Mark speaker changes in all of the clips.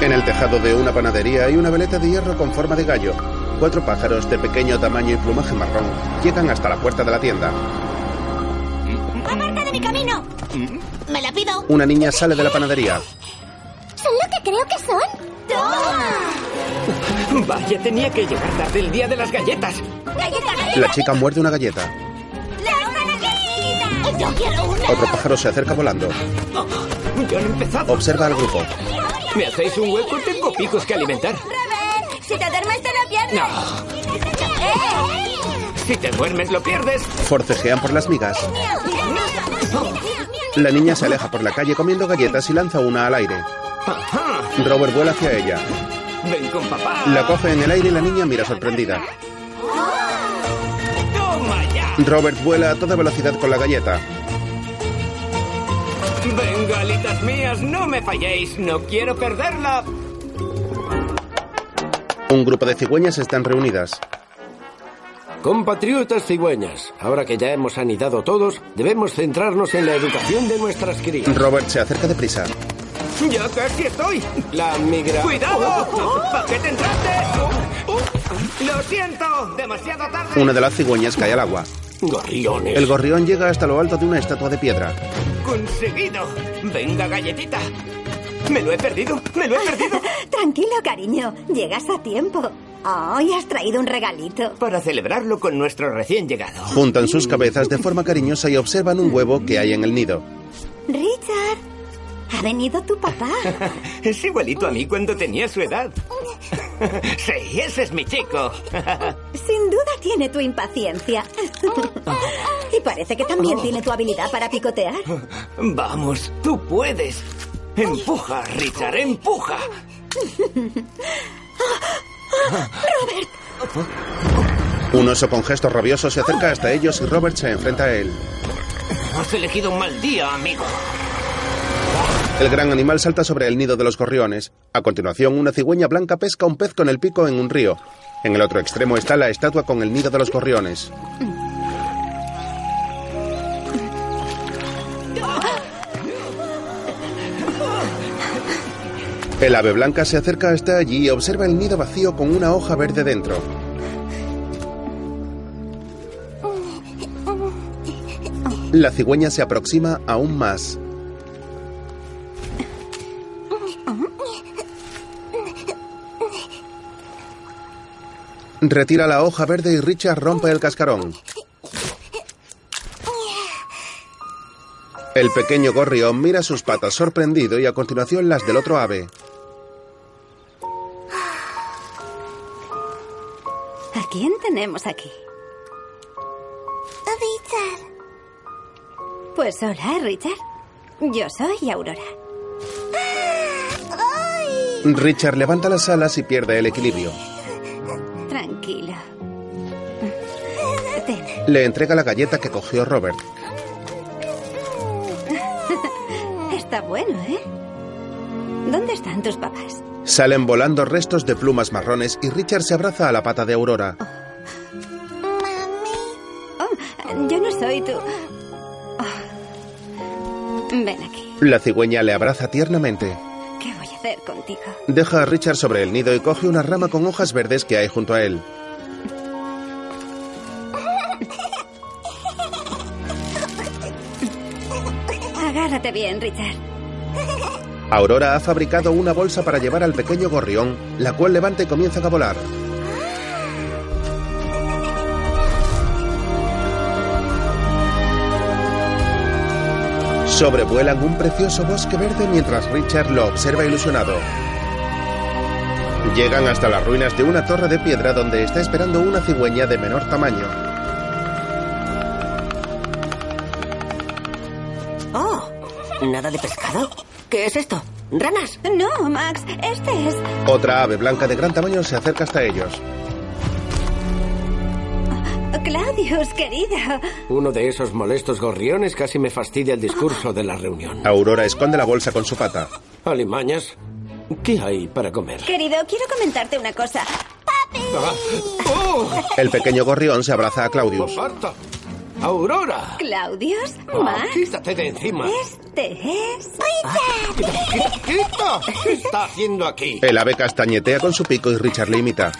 Speaker 1: En el tejado de una panadería hay una veleta de hierro con forma de gallo. Cuatro pájaros de pequeño tamaño y plumaje marrón llegan hasta la puerta de la tienda.
Speaker 2: ¡Aparta de mi camino! ¡Me la pido!
Speaker 1: Una niña sale de la panadería.
Speaker 2: ¿Son lo que creo que son?
Speaker 3: Vaya, tenía que llegar tarde el día de las galletas.
Speaker 2: ¡Galletas,
Speaker 1: La chica muerde una galleta.
Speaker 2: galletas! ¡Yo quiero una!
Speaker 1: Otro pájaro se acerca volando.
Speaker 3: Yo no he empezado.
Speaker 1: Observa al grupo.
Speaker 3: ¿Me hacéis un hueco? Tengo picos que alimentar.
Speaker 2: ¡Robert! ¡Si te duermes te lo pierdes!
Speaker 3: No,
Speaker 2: ¡Eh!
Speaker 3: si te duermes lo pierdes.
Speaker 1: Forcejean por las migas.
Speaker 2: ¡Mío!
Speaker 1: La niña se aleja por la calle comiendo galletas y lanza una al aire.
Speaker 3: Ajá.
Speaker 1: Robert vuela hacia ella.
Speaker 3: Ven con papá.
Speaker 1: La coge en el aire y la niña mira sorprendida.
Speaker 3: Toma ya.
Speaker 1: Robert vuela a toda velocidad con la galleta.
Speaker 3: Ven, galitas mías, no me falléis. No quiero perderla.
Speaker 1: Un grupo de cigüeñas están reunidas.
Speaker 4: Compatriotas cigüeñas, ahora que ya hemos anidado todos, debemos centrarnos en la educación de nuestras crías.
Speaker 1: Robert se acerca deprisa.
Speaker 3: Ya casi estoy.
Speaker 4: La migra... Oh.
Speaker 3: ¡Cuidado! ¡Paquete entrante! Uh, ¡Lo siento! ¡Demasiado tarde!
Speaker 1: Una de las cigüeñas cae al agua.
Speaker 4: Gorriones.
Speaker 1: El gorrión llega hasta lo alto de una estatua de piedra.
Speaker 3: ¡Conseguido! ¡Venga, galletita! ¡Me lo he perdido! ¡Me lo he perdido!
Speaker 5: Tranquilo, cariño. Llegas a tiempo. Hoy has traído un regalito.
Speaker 3: Para celebrarlo con nuestro recién llegado.
Speaker 1: Juntan sus cabezas de forma cariñosa y observan un huevo que hay en el nido.
Speaker 5: Richard, ha venido tu papá.
Speaker 3: Es igualito a mí cuando tenía su edad. Sí, ese es mi chico.
Speaker 5: Sin duda tiene tu impaciencia. Y parece que
Speaker 1: Oh.
Speaker 5: también tiene tu habilidad para picotear.
Speaker 3: Vamos, tú puedes. Empuja, Richard, empuja.
Speaker 1: Un oso con gestos rabiosos se acerca hasta ellos y Robert se enfrenta a él.
Speaker 3: Has elegido un mal día, amigo.
Speaker 1: El gran animal salta sobre el nido de los gorriones. A continuación, una cigüeña blanca pesca un pez con el pico en un río. En el otro extremo está la estatua con el nido de los gorriones. El ave blanca se acerca hasta allí y observa el nido vacío con una hoja verde dentro. La cigüeña se aproxima aún más. Retira la hoja verde y Richard rompe el cascarón. El pequeño gorrión mira sus patas sorprendido y a continuación las del otro ave.
Speaker 5: ¿A quién tenemos aquí?
Speaker 2: Richard.
Speaker 5: Pues hola, Richard. Yo soy Aurora.
Speaker 2: ¡Ay!
Speaker 1: Richard levanta las alas y pierde el equilibrio.
Speaker 5: Tranquilo. Ten,
Speaker 1: Le entrega la galleta que cogió Robert.
Speaker 5: está bueno, ¿eh? ¿Dónde están tus papás?
Speaker 1: Salen volando restos de plumas marrones y Richard se abraza a la pata de Aurora.
Speaker 2: ¡Mami!
Speaker 5: Oh, yo no soy tú. Oh. Ven aquí.
Speaker 1: La cigüeña le abraza tiernamente.
Speaker 5: ¿Qué voy a hacer contigo?
Speaker 1: Deja a Richard sobre el nido y coge una rama con hojas verdes que hay junto a él.
Speaker 5: Agárrate bien, Richard.
Speaker 1: Aurora ha fabricado una bolsa para llevar al pequeño gorrión, la cual levanta y comienzan a volar. Sobrevuelan un precioso bosque verde mientras Richard lo observa ilusionado. Llegan hasta las ruinas de una torre de piedra donde está esperando una cigüeña de menor tamaño.
Speaker 6: Oh, ¿nada de pescado? ¿Qué es esto? ¿Ranas?
Speaker 5: No, Max, este es.
Speaker 1: Otra ave blanca de gran tamaño se acerca hasta ellos.
Speaker 5: Claudius, querida.
Speaker 4: Uno de esos molestos gorriones casi me fastidia el discurso de la reunión.
Speaker 1: Aurora esconde la bolsa con su pata.
Speaker 4: Alimañas, ¿qué hay para comer?
Speaker 5: Querido, quiero comentarte una cosa.
Speaker 4: Ah, ¡Oh!
Speaker 1: El pequeño gorrión se abraza a Claudius.
Speaker 4: ¡Aparta! ¡Aurora!
Speaker 5: Claudius,
Speaker 4: Ah,
Speaker 5: Max,
Speaker 4: ¡Quítate de encima!
Speaker 5: este es.
Speaker 4: ¡Quita- quita-
Speaker 3: ¡Ah! ¿Qué está haciendo aquí?
Speaker 1: El ave castañetea con su pico y Richard le imita.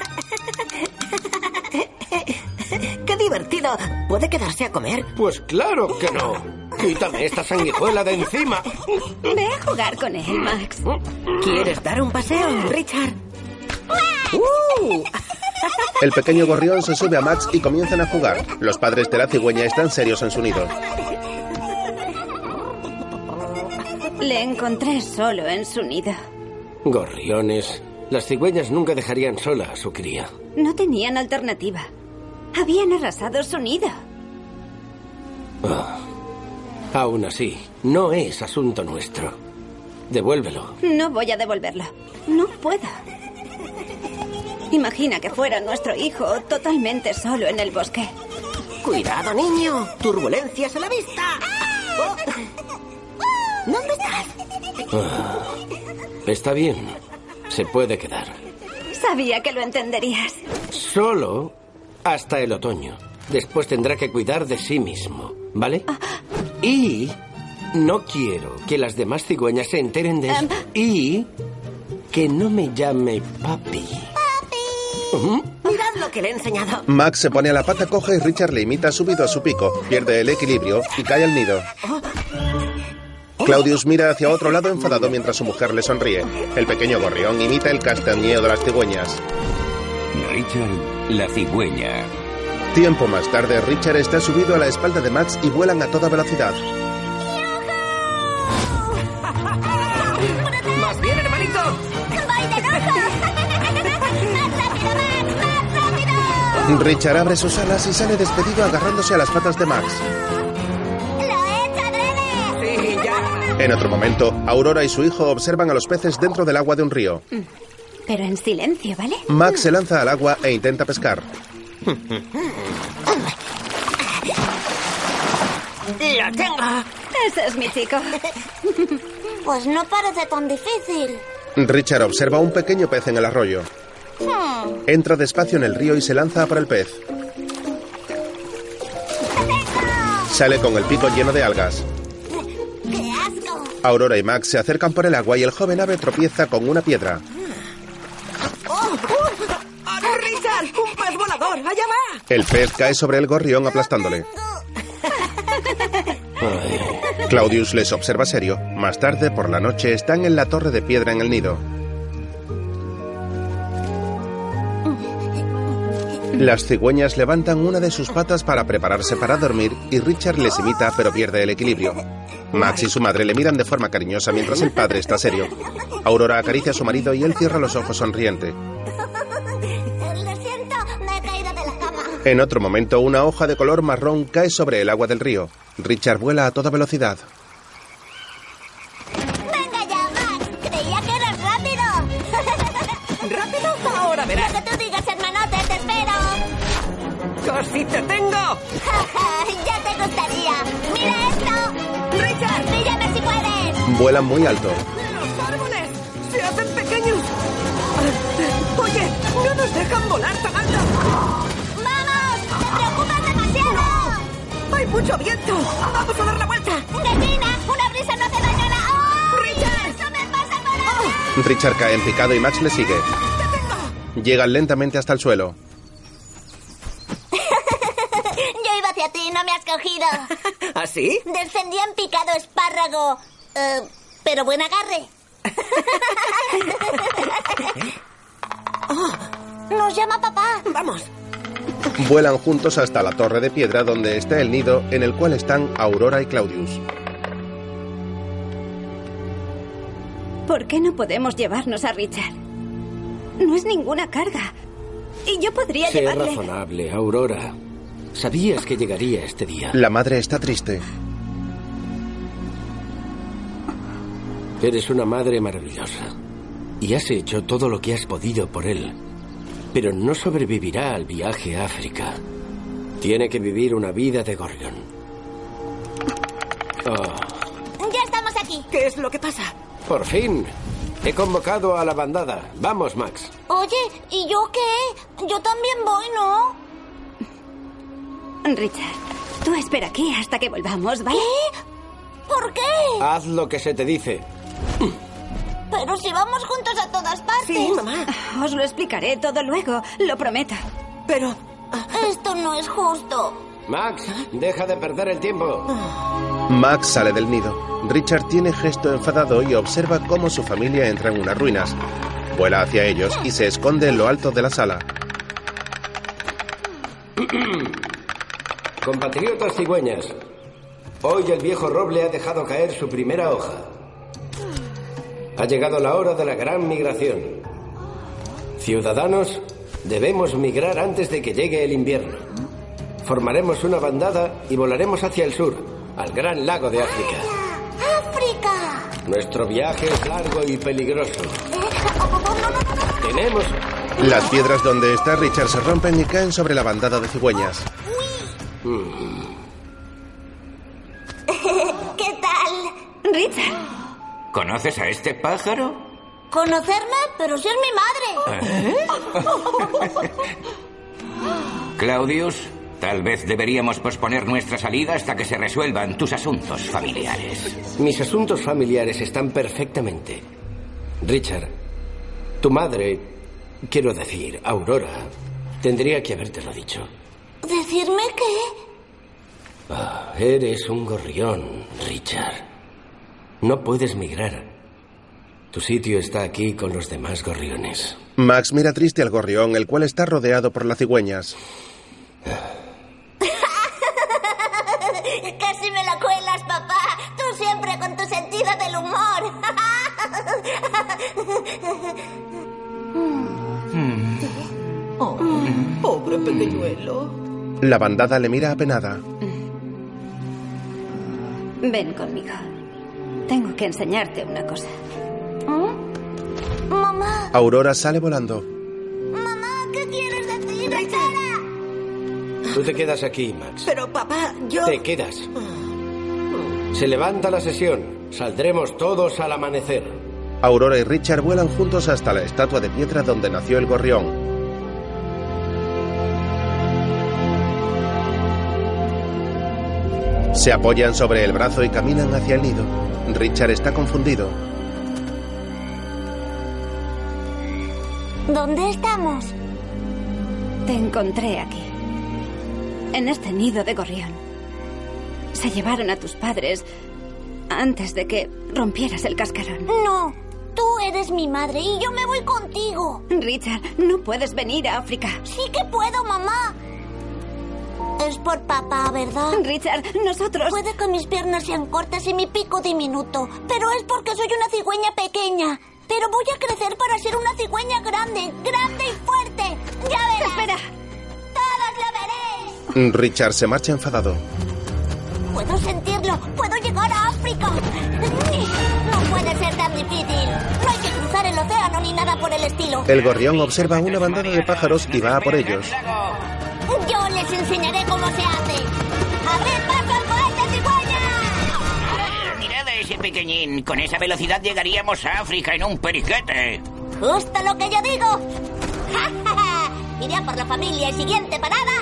Speaker 7: ¡Qué divertido! ¿Puede quedarse a comer?
Speaker 3: Pues claro que no. Quítame esta sanguijuela de encima.
Speaker 5: Ve a jugar con él, Max.
Speaker 7: ¿Quieres dar un paseo, Richard?
Speaker 1: El pequeño gorrión se sube a Max y comienzan a jugar. Los padres de la cigüeña están serios en su nido.
Speaker 5: Le encontré solo en su nido.
Speaker 3: Gorriones. Las cigüeñas nunca dejarían sola a su cría.
Speaker 5: No tenían alternativa. Habían arrasado su nido.
Speaker 3: Ah. Aún así, no es asunto nuestro. Devuélvelo.
Speaker 5: No voy a devolverlo. No puedo. Imagina que fuera nuestro hijo totalmente solo en el bosque.
Speaker 7: ¡Cuidado, niño! ¡Turbulencias a la vista! Oh. ¿Dónde estás?
Speaker 3: Está bien. Se puede quedar.
Speaker 5: Sabía que lo entenderías.
Speaker 3: Solo hasta el otoño. Después tendrá que cuidar de sí mismo, ¿vale? Y no quiero que las demás cigüeñas se enteren de eso.
Speaker 5: Em.
Speaker 3: Y que no me llame papi.
Speaker 7: Mirad lo que le he enseñado.
Speaker 1: Max se pone a la pata coja y Richard le imita subido a su pico. Pierde el equilibrio y cae al nido. Claudius mira hacia otro lado enfadado mientras su mujer le sonríe. El pequeño gorrión imita el castañeo de las cigüeñas.
Speaker 8: Richard, la cigüeña.
Speaker 1: Tiempo más tarde, Richard está subido a la espalda de Max y vuelan a toda velocidad.
Speaker 7: ¡Más bien, hermanito!
Speaker 9: ¡Voy de rojo! ¡Más rápido, Max! ¡Más rápido!
Speaker 1: Richard abre sus alas y sale despedido agarrándose a las patas de Max.
Speaker 9: ¡Lo he hecho adrede!
Speaker 7: Sí, ya.
Speaker 1: En otro momento, Aurora y su hijo observan a los peces dentro del agua de un río.
Speaker 5: Pero en silencio, ¿vale?
Speaker 1: Max se lanza al agua e intenta pescar.
Speaker 7: ¡La tengo!
Speaker 5: Ese es mi chico.
Speaker 9: Pues no parece tan difícil.
Speaker 1: Richard observa un pequeño pez en el arroyo.
Speaker 9: Hmm.
Speaker 1: Entra despacio en el río y se lanza por el pez. Sale con el pico lleno de algas.
Speaker 9: ¡Qué asco!
Speaker 1: Aurora y Max se acercan por el agua y el joven ave tropieza con una piedra.
Speaker 7: ¡Oh! ¡Oh, Richard! ¡Un pez volador! ¡Allá va!
Speaker 1: El pez cae sobre el gorrión aplastándole. Claudius les observa serio. Más tarde, por la noche, están en la torre de piedra en el nido. Las cigüeñas levantan una de sus patas para prepararse para dormir y Richard les imita pero pierde el equilibrio. Max y su madre le miran de forma cariñosa mientras el padre está serio. Aurora acaricia a su marido y él cierra los ojos sonriente.
Speaker 9: Lo siento, me he caído de la cama.
Speaker 1: En otro momento, una hoja de color marrón cae sobre el agua del río. Richard vuela a toda velocidad.
Speaker 9: Venga ya, Max. Creía que eras rápido.
Speaker 7: ¡Rápido! ¡Ahora verás!
Speaker 9: Lo que tú digas, hermanote, te espero.
Speaker 7: ¡Casi te tengo!
Speaker 9: Ja, ja, ya te gustaría. Mira esto. Richard, píllame si puedes.
Speaker 1: Vuela muy alto.
Speaker 7: ¡Los árboles! ¡Se hacen pequeños! Ah, ¡Oye! ¡No nos dejan volar tan alto!
Speaker 9: ¡Vamos! ¡Te preocupas demasiado!
Speaker 7: ¡Hay mucho viento! ¡Vamos a dar la vuelta!
Speaker 9: Vecina, una brisa no hace daño a la... ¡Oh, Richard! ¡Eso me pasa por ahora!
Speaker 1: Richard cae en picado y Max le sigue. Llegan lentamente hasta el suelo.
Speaker 9: Yo iba hacia ti, no me has cogido.
Speaker 7: ¿Así?
Speaker 9: Descendí en picado espárrago. Eh, pero buen agarre. Nos llama papá.
Speaker 7: ¡Vamos!
Speaker 1: Vuelan juntos hasta la torre de piedra donde está el nido en el cual están Aurora y Claudius.
Speaker 5: ¿Por qué no podemos llevarnos a Richard? No es ninguna carga. Y yo podría
Speaker 3: Sé
Speaker 5: llevarle.
Speaker 3: razonable, Aurora. Sabías que llegaría este día.
Speaker 1: La madre está triste.
Speaker 3: Eres una madre maravillosa. Y has hecho todo lo que has podido por él. Pero no sobrevivirá al viaje a África. Tiene que vivir una vida de gorrión. Oh,
Speaker 9: Ya estamos aquí.
Speaker 7: ¿Qué es lo que pasa?
Speaker 3: por fin. He convocado a la bandada. Vamos, Max.
Speaker 9: Oye, ¿y yo qué? Yo también voy, ¿no?
Speaker 5: Richard, tú espera aquí hasta que volvamos, ¿vale?
Speaker 9: ¿Por qué?
Speaker 3: Haz lo que se te dice.
Speaker 9: Pero si vamos juntos a todas partes.
Speaker 7: Sí, mamá.
Speaker 10: Os lo explicaré todo luego, lo prometo.
Speaker 7: Pero
Speaker 9: Esto no es justo.
Speaker 11: Max, deja de perder el tiempo.
Speaker 1: Max sale del nido. Richard tiene gesto enfadado y observa cómo su familia entra en unas ruinas. Vuela hacia ellos y se esconde en lo alto de la sala.
Speaker 11: Compatriotas cigüeñas, hoy el viejo roble ha dejado caer su primera hoja. Ha llegado la hora de la gran migración. Ciudadanos, debemos migrar antes de que llegue el invierno. Formaremos una bandada y volaremos hacia el sur, al gran lago de África.
Speaker 9: ¡África!
Speaker 11: Nuestro viaje es largo y peligroso.
Speaker 9: Oh, no, no, no, no.
Speaker 11: Tenemos...
Speaker 1: Las piedras donde está Richard se rompen y caen sobre la bandada de cigüeñas.
Speaker 9: ¿Qué tal?
Speaker 10: Richard,
Speaker 12: ¿Conoces a este pájaro?
Speaker 9: ¿Conocerme? Pero si es mi
Speaker 7: Ah.
Speaker 9: madre.
Speaker 12: Claudius, tal vez deberíamos posponer nuestra salida hasta que se resuelvan tus asuntos familiares.
Speaker 11: Mis asuntos familiares están perfectamente. Richard, tu madre, quiero decir, Aurora, tendría que habértelo dicho.
Speaker 9: ¿Decirme qué?
Speaker 11: Ah, eres un gorrión, Richard. No puedes migrar. Tu sitio está aquí con los demás gorriones.
Speaker 1: Max mira triste al gorrión, el cual está rodeado por las cigüeñas.
Speaker 9: Casi me la cuelas, papá. Tú siempre con tu sentido del humor.
Speaker 7: pobre pequeñuelo.
Speaker 1: La bandada le mira apenada.
Speaker 10: ven conmigo. Tengo que enseñarte una cosa.
Speaker 9: Mamá,
Speaker 1: Aurora sale volando.
Speaker 9: mamá, ¿qué quieres decir? ¡Espera!
Speaker 11: Tú te quedas aquí, Max.
Speaker 7: Pero papá, yo. Ah.
Speaker 11: Te quedas. Se levanta la sesión. Saldremos todos al amanecer.
Speaker 1: Aurora y Richard vuelan juntos hasta la estatua de piedra donde nació el gorrión. Se apoyan sobre el brazo y caminan hacia el nido. Richard está confundido.
Speaker 9: ¿Dónde estamos?
Speaker 10: Te encontré aquí. En este nido de gorrión. Se llevaron a tus padres antes de que rompieras el cascarón.
Speaker 9: No, tú eres mi madre y yo me voy contigo.
Speaker 10: Richard, no puedes venir a África.
Speaker 9: Sí que puedo, mamá. Es por papá, ¿verdad?
Speaker 10: Richard, nosotros...
Speaker 9: Puede que mis piernas sean cortas y mi pico diminuto, pero es porque soy una cigüeña pequeña. Pero voy a crecer para ser una cigüeña grande, grande y fuerte. Ya verás.
Speaker 10: Espera.
Speaker 9: Todos lo veréis.
Speaker 1: Richard se marcha enfadado.
Speaker 9: Puedo sentirlo. Puedo llegar a África. No puede ser tan difícil. No hay que cruzar el océano ni nada por el estilo.
Speaker 1: El gorrión observa una bandada de pájaros y va a por ellos.
Speaker 9: Yo les enseñaré cómo se hace. ¡Abrid paso al cohete, cigüeña!
Speaker 12: Mirad a ese eh, pequeñín. Con esa velocidad llegaríamos a África en un periquete.
Speaker 9: Justo lo que yo digo. ¡Ja, ja, ja! Iré a por la familia y siguiente parada,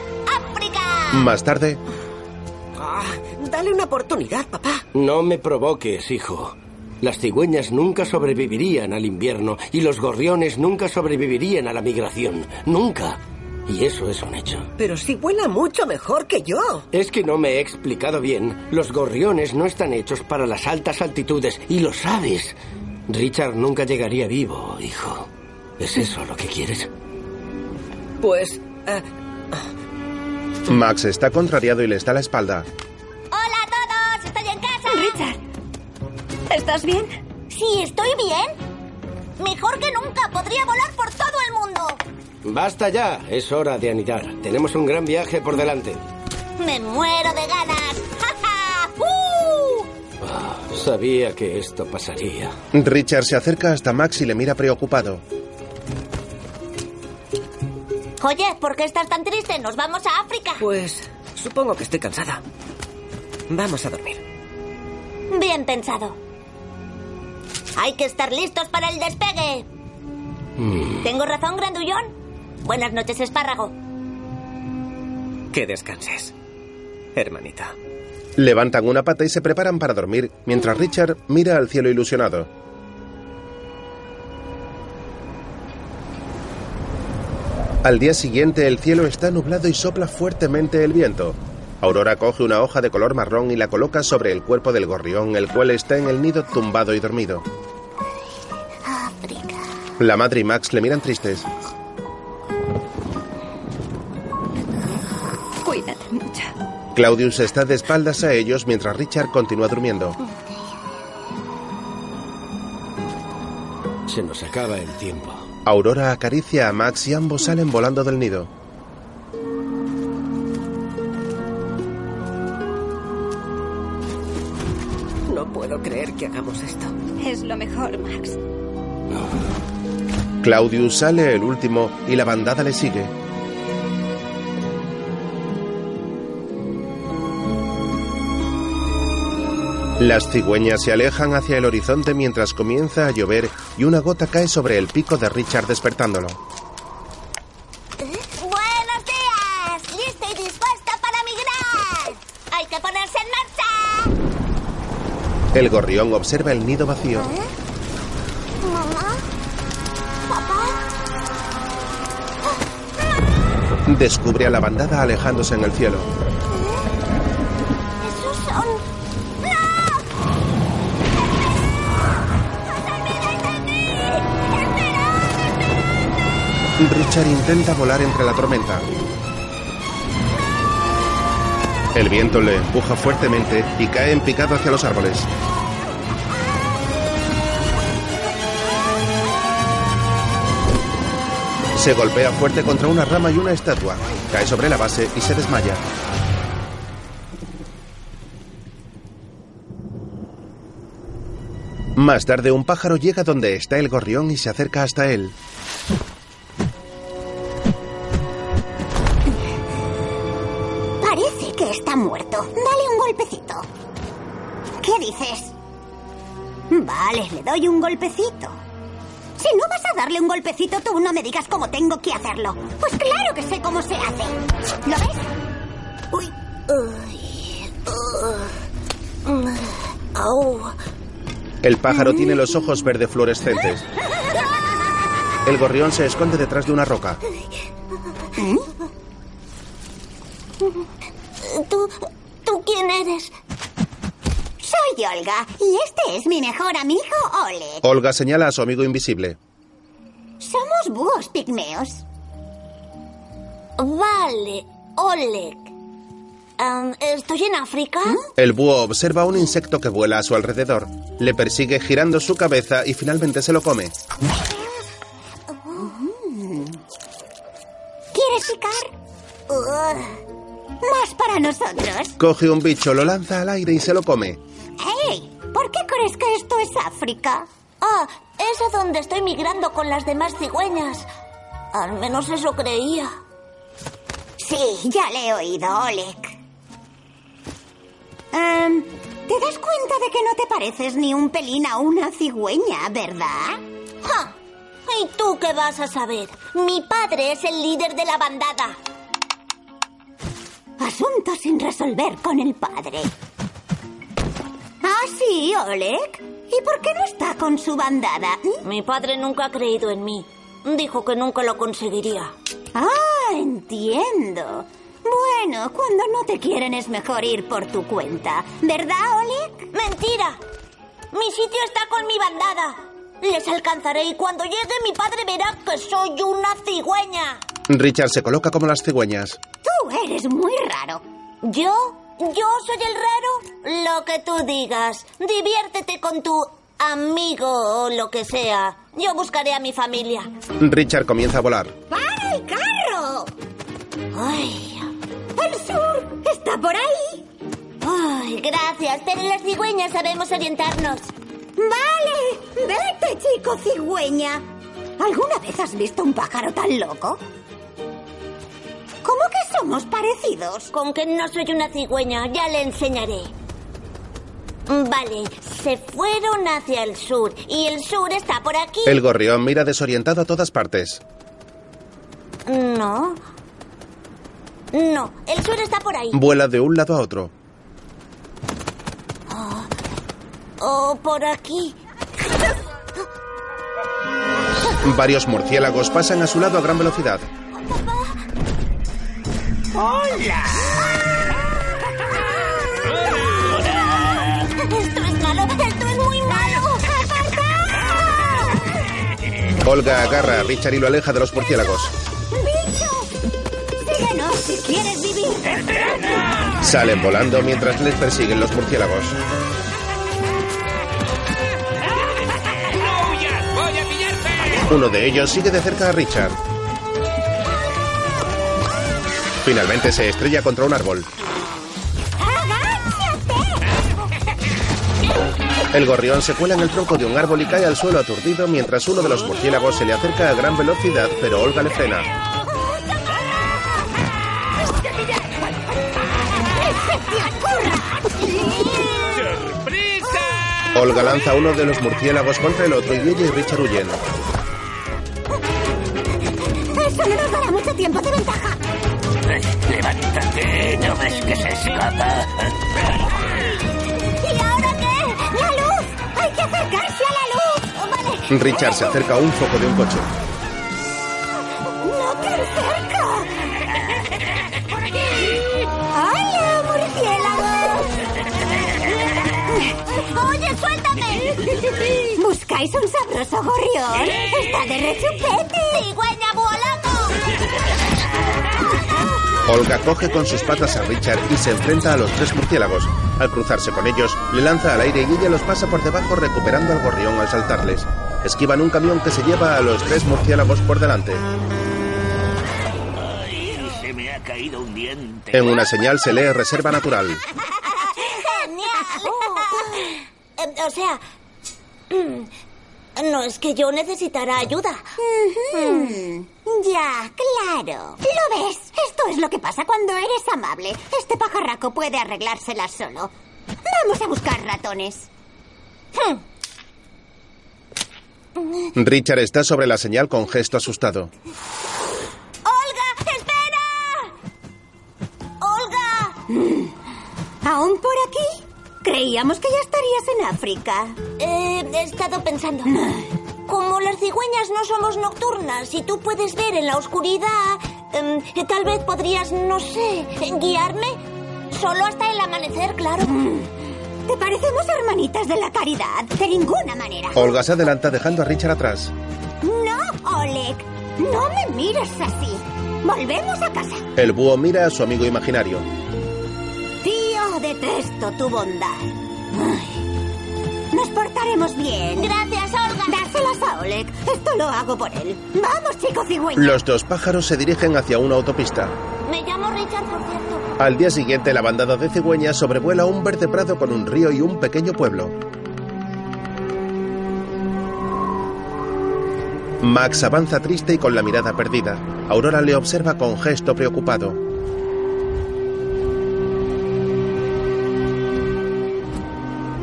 Speaker 9: África.
Speaker 1: Más tarde,
Speaker 7: Ah, dale una oportunidad, papá.
Speaker 11: No me provoques, hijo. Las cigüeñas nunca sobrevivirían al invierno y los gorriones nunca sobrevivirían a la migración. Nunca. Y eso es un hecho.
Speaker 7: Pero si vuela mucho mejor que yo.
Speaker 11: Es que no me he explicado bien. Los gorriones no están hechos para las altas altitudes y lo sabes. Richard nunca llegaría vivo, hijo. ¿Es eso lo que quieres?
Speaker 7: Pues. eh,
Speaker 1: Max está contrariado y le está la espalda.
Speaker 9: Hola a todos, estoy en casa.
Speaker 10: Richard, ¿estás bien?
Speaker 9: Sí, estoy bien. Mejor que nunca, podría volar por todo el mundo.
Speaker 11: Basta ya. Es hora de anidar. Tenemos un gran viaje por delante.
Speaker 9: Me muero de ganas. ¡Ja, ja! ¡Uh!
Speaker 11: Ah, sabía que esto pasaría.
Speaker 1: Richard se acerca hasta Max y le mira preocupado.
Speaker 9: Oye, ¿por qué estás tan triste? Nos vamos a África.
Speaker 7: pues. Supongo que estoy cansada. Vamos a dormir.
Speaker 9: Bien pensado. Hay que estar listos para el despegue. ¿Tengo razón, grandullón? Buenas noches, espárrago.
Speaker 7: Que descanses. Hermanita.
Speaker 1: Levantan una pata y se preparan para dormir, mientras Richard mira al cielo ilusionado. Al día siguiente el cielo está nublado y sopla fuertemente el viento. Aurora coge una hoja de color marrón y la coloca sobre el cuerpo del gorrión, el cual está en el nido tumbado y dormido.
Speaker 9: África.
Speaker 1: La madre y Max le miran tristes.
Speaker 10: Cuídate mucho.
Speaker 1: Claudius está de espaldas a ellos mientras Richard continúa durmiendo.
Speaker 11: Se nos acaba el tiempo.
Speaker 1: Aurora acaricia a Max y ambos salen volando del nido.
Speaker 7: No puedo creer que hagamos esto.
Speaker 10: Es lo mejor, Max.
Speaker 1: Claudius sale el último y la bandada le sigue. Las cigüeñas se alejan hacia el horizonte mientras comienza a llover y una gota cae sobre el pico de Richard despertándolo.
Speaker 9: ¡Buenos días! ¡Lista y dispuesta para migrar! ¡Hay que ponerse en marcha!
Speaker 1: El gorrión observa el nido vacío.
Speaker 9: ¿Mamá? ¿Papá?
Speaker 1: Descubre a la bandada alejándose en el cielo.
Speaker 9: ¿Esos son...? ¡No!
Speaker 1: Richard intenta volar entre la tormenta. El viento le empuja fuertemente y cae en picado hacia los árboles. Se golpea fuerte contra una rama y una estatua. Cae sobre la base y se desmaya. Más tarde un pájaro llega donde está el gorrión y se acerca hasta él.
Speaker 9: Parece que está muerto. Dale un golpecito. ¿Qué dices? Vale, le doy un golpecito. Si no vas a darle un golpecito, tú no me digas cómo tengo que hacerlo. Pues claro que sé cómo se hace. ¿Lo ves? Uy. Uy. uh, mm, au.
Speaker 1: El pájaro tiene los ojos verde fluorescentes. El gorrión se esconde detrás de una roca.
Speaker 9: ¿Tú, ¿Tú quién eres? Soy Olga y este es mi mejor amigo Oleg.
Speaker 1: Olga señala a su amigo invisible.
Speaker 9: Somos búhos pigmeos. Vale, Oleg. Am, ¿Estoy en África?
Speaker 1: El búho observa un insecto que vuela a su alrededor. Le persigue girando su cabeza y finalmente se lo come.
Speaker 9: ¿Quieres picar? Ugh. Más para nosotros.
Speaker 1: Coge un bicho, lo lanza al aire y se lo come.
Speaker 9: ¡Hey! ¿Por qué crees que esto es África? Ah, es a donde estoy migrando con las demás cigüeñas. Al menos eso creía. Sí, ya le he oído, Oleg. Em, ¿Te das cuenta de que no te pareces ni un pelín a una cigüeña, verdad? ¡Ja! ¿Y tú qué vas a saber? Mi padre es el líder de la bandada. Asuntos sin resolver con el padre. Ah, sí, Oleg. ¿Y por qué no está con su bandada? Mi padre nunca ha creído en mí. Dijo que nunca lo conseguiría. Ah, entiendo. Bueno, cuando no te quieren es mejor ir por tu cuenta. ¿Verdad, Oleg? Mentira. Mi sitio está con mi bandada. Les alcanzaré y cuando llegue mi padre verá que soy una cigüeña.
Speaker 1: Richard se coloca como las cigüeñas.
Speaker 9: Tú eres muy raro. ¿Yo? ¿Yo soy el raro? Lo que tú digas. Diviértete con tu amigo o lo que sea. Yo buscaré a mi familia.
Speaker 1: Richard comienza a volar.
Speaker 9: ¡Para el carro! ¡Ay! ¡El sur! ¡Está por ahí! ¡Ay, gracias! Pero las cigüeñas sabemos orientarnos. ¡Vale! ¡Vete, chico cigüeña! ¿Alguna vez has visto un pájaro tan loco? ¿Cómo que somos parecidos? Con que no soy una cigüeña, ya le enseñaré. Vale, se fueron hacia el sur y el sur está por aquí.
Speaker 1: El gorrión mira desorientado a todas partes.
Speaker 9: No. No, el sur está por ahí.
Speaker 1: Vuela de un lado a otro.
Speaker 9: O por aquí.
Speaker 1: Varios murciélagos pasan a su lado a gran velocidad.
Speaker 7: ¡Hola!
Speaker 9: ¡Esto es malo! ¡Esto es muy malo! ¡Apartaos!
Speaker 1: Olga agarra a Richard y lo aleja de los murciélagos.
Speaker 9: ¡Bicho! ¡Síguenos si quieres vivir!
Speaker 1: Salen volando mientras les persiguen los murciélagos.
Speaker 3: ¡No huyas! ¡Voy a pillarte!
Speaker 1: Uno de ellos sigue de cerca a Richard. Finalmente se estrella contra un árbol.
Speaker 9: ¡Agáchate!
Speaker 1: El gorrión se cuela en el tronco de un árbol y cae al suelo aturdido mientras uno de los murciélagos se le acerca a gran velocidad, pero Olga le frena.
Speaker 3: ¡Sorpresa!
Speaker 1: Olga lanza uno de los murciélagos contra el otro y ella y Richard huyen.
Speaker 9: ¡Eso no nos dará mucho tiempo de ventaja!
Speaker 12: Pues, Levántate, ¿no ves que se escapa?
Speaker 9: ¿Y ahora qué? ¡La luz! ¡Hay que acercarse a la luz! ¡Vale!
Speaker 1: Richard se acerca a un foco de un coche.
Speaker 9: ¡No tan cerca! ¡Hola, murciélago! ¡Oye, suéltame! ¿Buscáis un sabroso gorrión? ¡Está de rechupete! ¡Cigüeña
Speaker 1: Olga coge con sus patas a Richard y se enfrenta a los tres murciélagos. Al cruzarse con ellos, le lanza al aire y ella los pasa por debajo recuperando al gorrión al saltarles. Esquivan un camión que se lleva a los tres murciélagos por delante.
Speaker 12: Ay, se me ha caído un diente.
Speaker 1: En una señal se lee Reserva Natural.
Speaker 9: Oh, ¡Genial! Eh, O sea, mm, no es que yo necesitara ayuda. Mm. Ya, claro. ¿Lo ves? Esto es lo que pasa cuando eres amable. Este pajarraco puede arreglársela solo. Vamos a buscar ratones.
Speaker 1: Richard está sobre la señal con gesto asustado.
Speaker 9: ¡Olga, espera! ¡Olga!
Speaker 10: ¿Aún por aquí? Creíamos que ya estarías en África.
Speaker 9: Eh, he estado pensando. Como las cigüeñas no somos nocturnas y tú puedes ver en la oscuridad, em, que tal vez podrías, no sé, guiarme solo hasta el amanecer, claro.
Speaker 10: Mm. Te parecemos hermanitas de la caridad. De ninguna manera.
Speaker 1: Olga se adelanta dejando a Richard atrás.
Speaker 10: No, Oleg. No me mires así. Volvemos a casa.
Speaker 1: El búho mira a su amigo imaginario.
Speaker 10: Tío, detesto tu bondad. Ay. Nos portaremos bien.
Speaker 9: Gracias, Olga.
Speaker 10: Dáselas a Oleg. Esto lo hago por él. Vamos, chico cigüeña.
Speaker 1: Los dos pájaros se dirigen hacia una autopista.
Speaker 9: Me llamo Richard, por cierto.
Speaker 1: Al día siguiente, la bandada de cigüeñas sobrevuela un verde prado con un río y un pequeño pueblo. Max avanza triste y con la mirada perdida. Aurora le observa con gesto preocupado.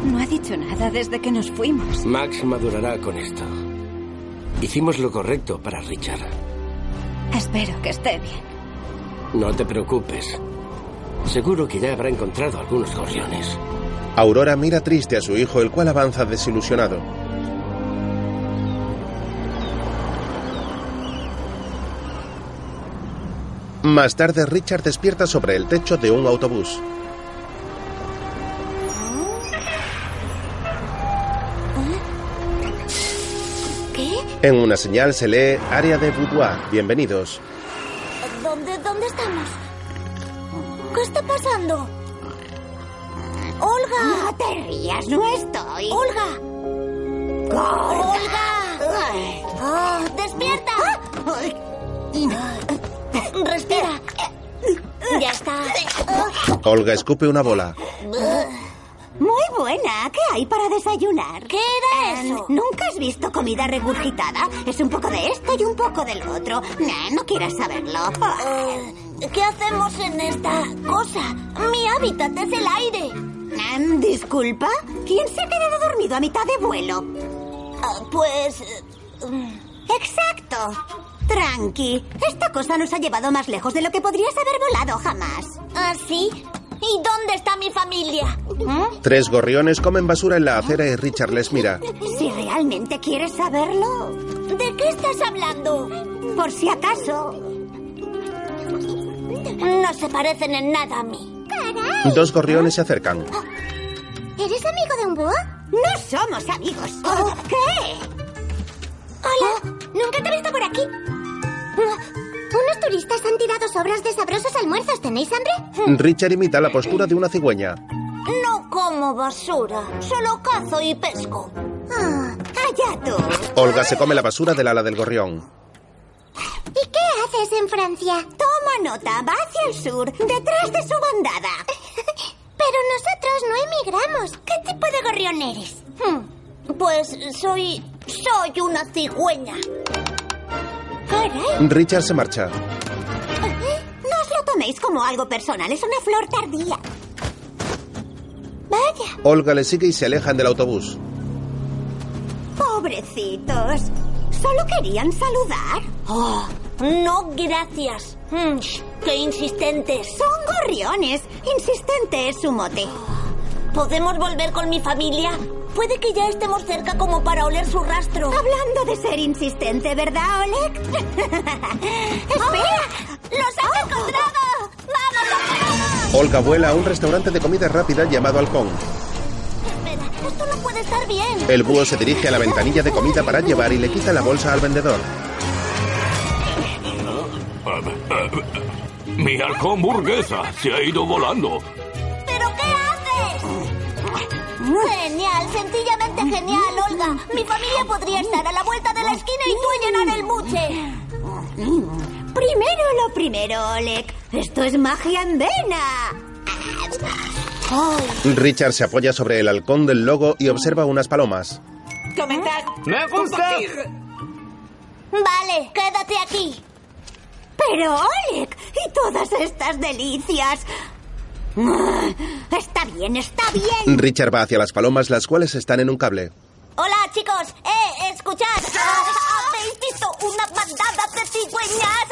Speaker 10: No ha dicho nada desde que nos fuimos.
Speaker 11: Max madurará con esto. Hicimos lo correcto para Richard.
Speaker 10: Espero que esté bien.
Speaker 11: No te preocupes. Seguro que ya habrá encontrado algunos gorriones.
Speaker 1: Aurora mira triste a su hijo, el cual avanza desilusionado. Más tarde, Richard despierta sobre el techo de un autobús.
Speaker 9: ¿Qué?
Speaker 1: En una señal se lee Área de Boudoir, bienvenidos.
Speaker 9: ¿Dónde, dónde estamos? ¿Qué está pasando? Olga,
Speaker 10: No te rías, no estoy.
Speaker 9: Olga, Olga.
Speaker 10: Ay. Ah.
Speaker 9: Ah, despierta. Respira.
Speaker 10: Eh,
Speaker 9: Ya está.
Speaker 1: Olga escupe una bola.
Speaker 10: Muy buena. ¿Qué hay para desayunar?
Speaker 9: ¿Qué era
Speaker 10: Em,
Speaker 9: eso?
Speaker 10: ¿Nunca has visto comida regurgitada? Es un poco de esto y un poco del otro. Nah, no quieras saberlo.
Speaker 9: Eh, ¿Qué hacemos en esta cosa? Mi hábitat es el aire.
Speaker 10: Em, Disculpa, ¿quién se ha quedado dormido a mitad de vuelo?
Speaker 9: Ah, pues... eh, mm,
Speaker 10: Exacto. Tranqui, esta cosa nos ha llevado más lejos de lo que podrías haber volado jamás.
Speaker 9: ¿Ah, sí? ¿Y dónde está mi familia? ¿Mm?
Speaker 1: Tres gorriones comen basura en la acera y Richard les mira.
Speaker 10: Si realmente quieres saberlo,
Speaker 9: ¿De qué estás hablando?
Speaker 10: por si acaso.
Speaker 9: No se parecen en nada a mí. ¡Caray!
Speaker 1: Dos gorriones se acercan.
Speaker 9: ¿Eres amigo de un búho?
Speaker 5: No somos amigos.
Speaker 9: ¿Qué? Hola, nunca te he visto por aquí. Ah, Unos turistas han tirado sobras de sabrosos almuerzos. ¿Tenéis hambre?
Speaker 1: Richard imita la postura de una cigüeña.
Speaker 9: No como basura, solo cazo y pesco. Ah, allá tú.
Speaker 1: Olga se come la basura del ala del gorrión.
Speaker 9: ¿Y qué haces en Francia?
Speaker 5: Toma nota, va hacia el sur, detrás de su bandada.
Speaker 9: Pero nosotros no emigramos. ¿Qué tipo de gorrión eres? Hmm, Pues soy. soy una cigüeña. Caray,
Speaker 1: Richard se marcha.
Speaker 5: No os lo toméis como algo personal, es una flor tardía.
Speaker 9: vaya.
Speaker 1: Olga le sigue y se alejan del autobús.
Speaker 5: Pobrecitos. Solo querían saludar.
Speaker 9: Oh, no, gracias. Mm, sh, qué insistentes.
Speaker 5: Son gorriones. Insistente es su mote.
Speaker 9: ¿Podemos volver con mi familia? Puede que ya estemos cerca como para oler su rastro.
Speaker 5: Hablando de ser insistente, ¿verdad, Oleg? ¡Espera!
Speaker 9: ¡Oh! ¡Los
Speaker 5: ¡Oh!
Speaker 9: has encontrado! ¡Vamos,
Speaker 1: Olga vuela a un restaurante de comida rápida llamado Halcón.
Speaker 9: Espera, esto no puede estar bien.
Speaker 1: El búho se dirige a la ventanilla de comida para llevar y le quita la bolsa al vendedor.
Speaker 13: Mi halcón burguesa se ha ido volando.
Speaker 9: ¿Pero qué haces? Genial, sencillamente genial, Olga. Mi familia podría estar a la vuelta de la esquina y tú a llenar el buche.
Speaker 5: Primero lo primero, Oleg. Esto es magia en vena.
Speaker 1: Richard se apoya sobre el halcón del logo y observa unas palomas.
Speaker 7: Comentar.
Speaker 3: ¡Me gusta!
Speaker 7: Compartir.
Speaker 9: Vale, quédate aquí.
Speaker 5: Pero, Oleg, y todas estas delicias. Mm, Está bien, está bien.
Speaker 1: Richard va hacia las palomas, las cuales están en un cable.
Speaker 9: Hola, chicos. Eh, escuchad. Ah, ¿Habéis visto una bandada de cigüeñas?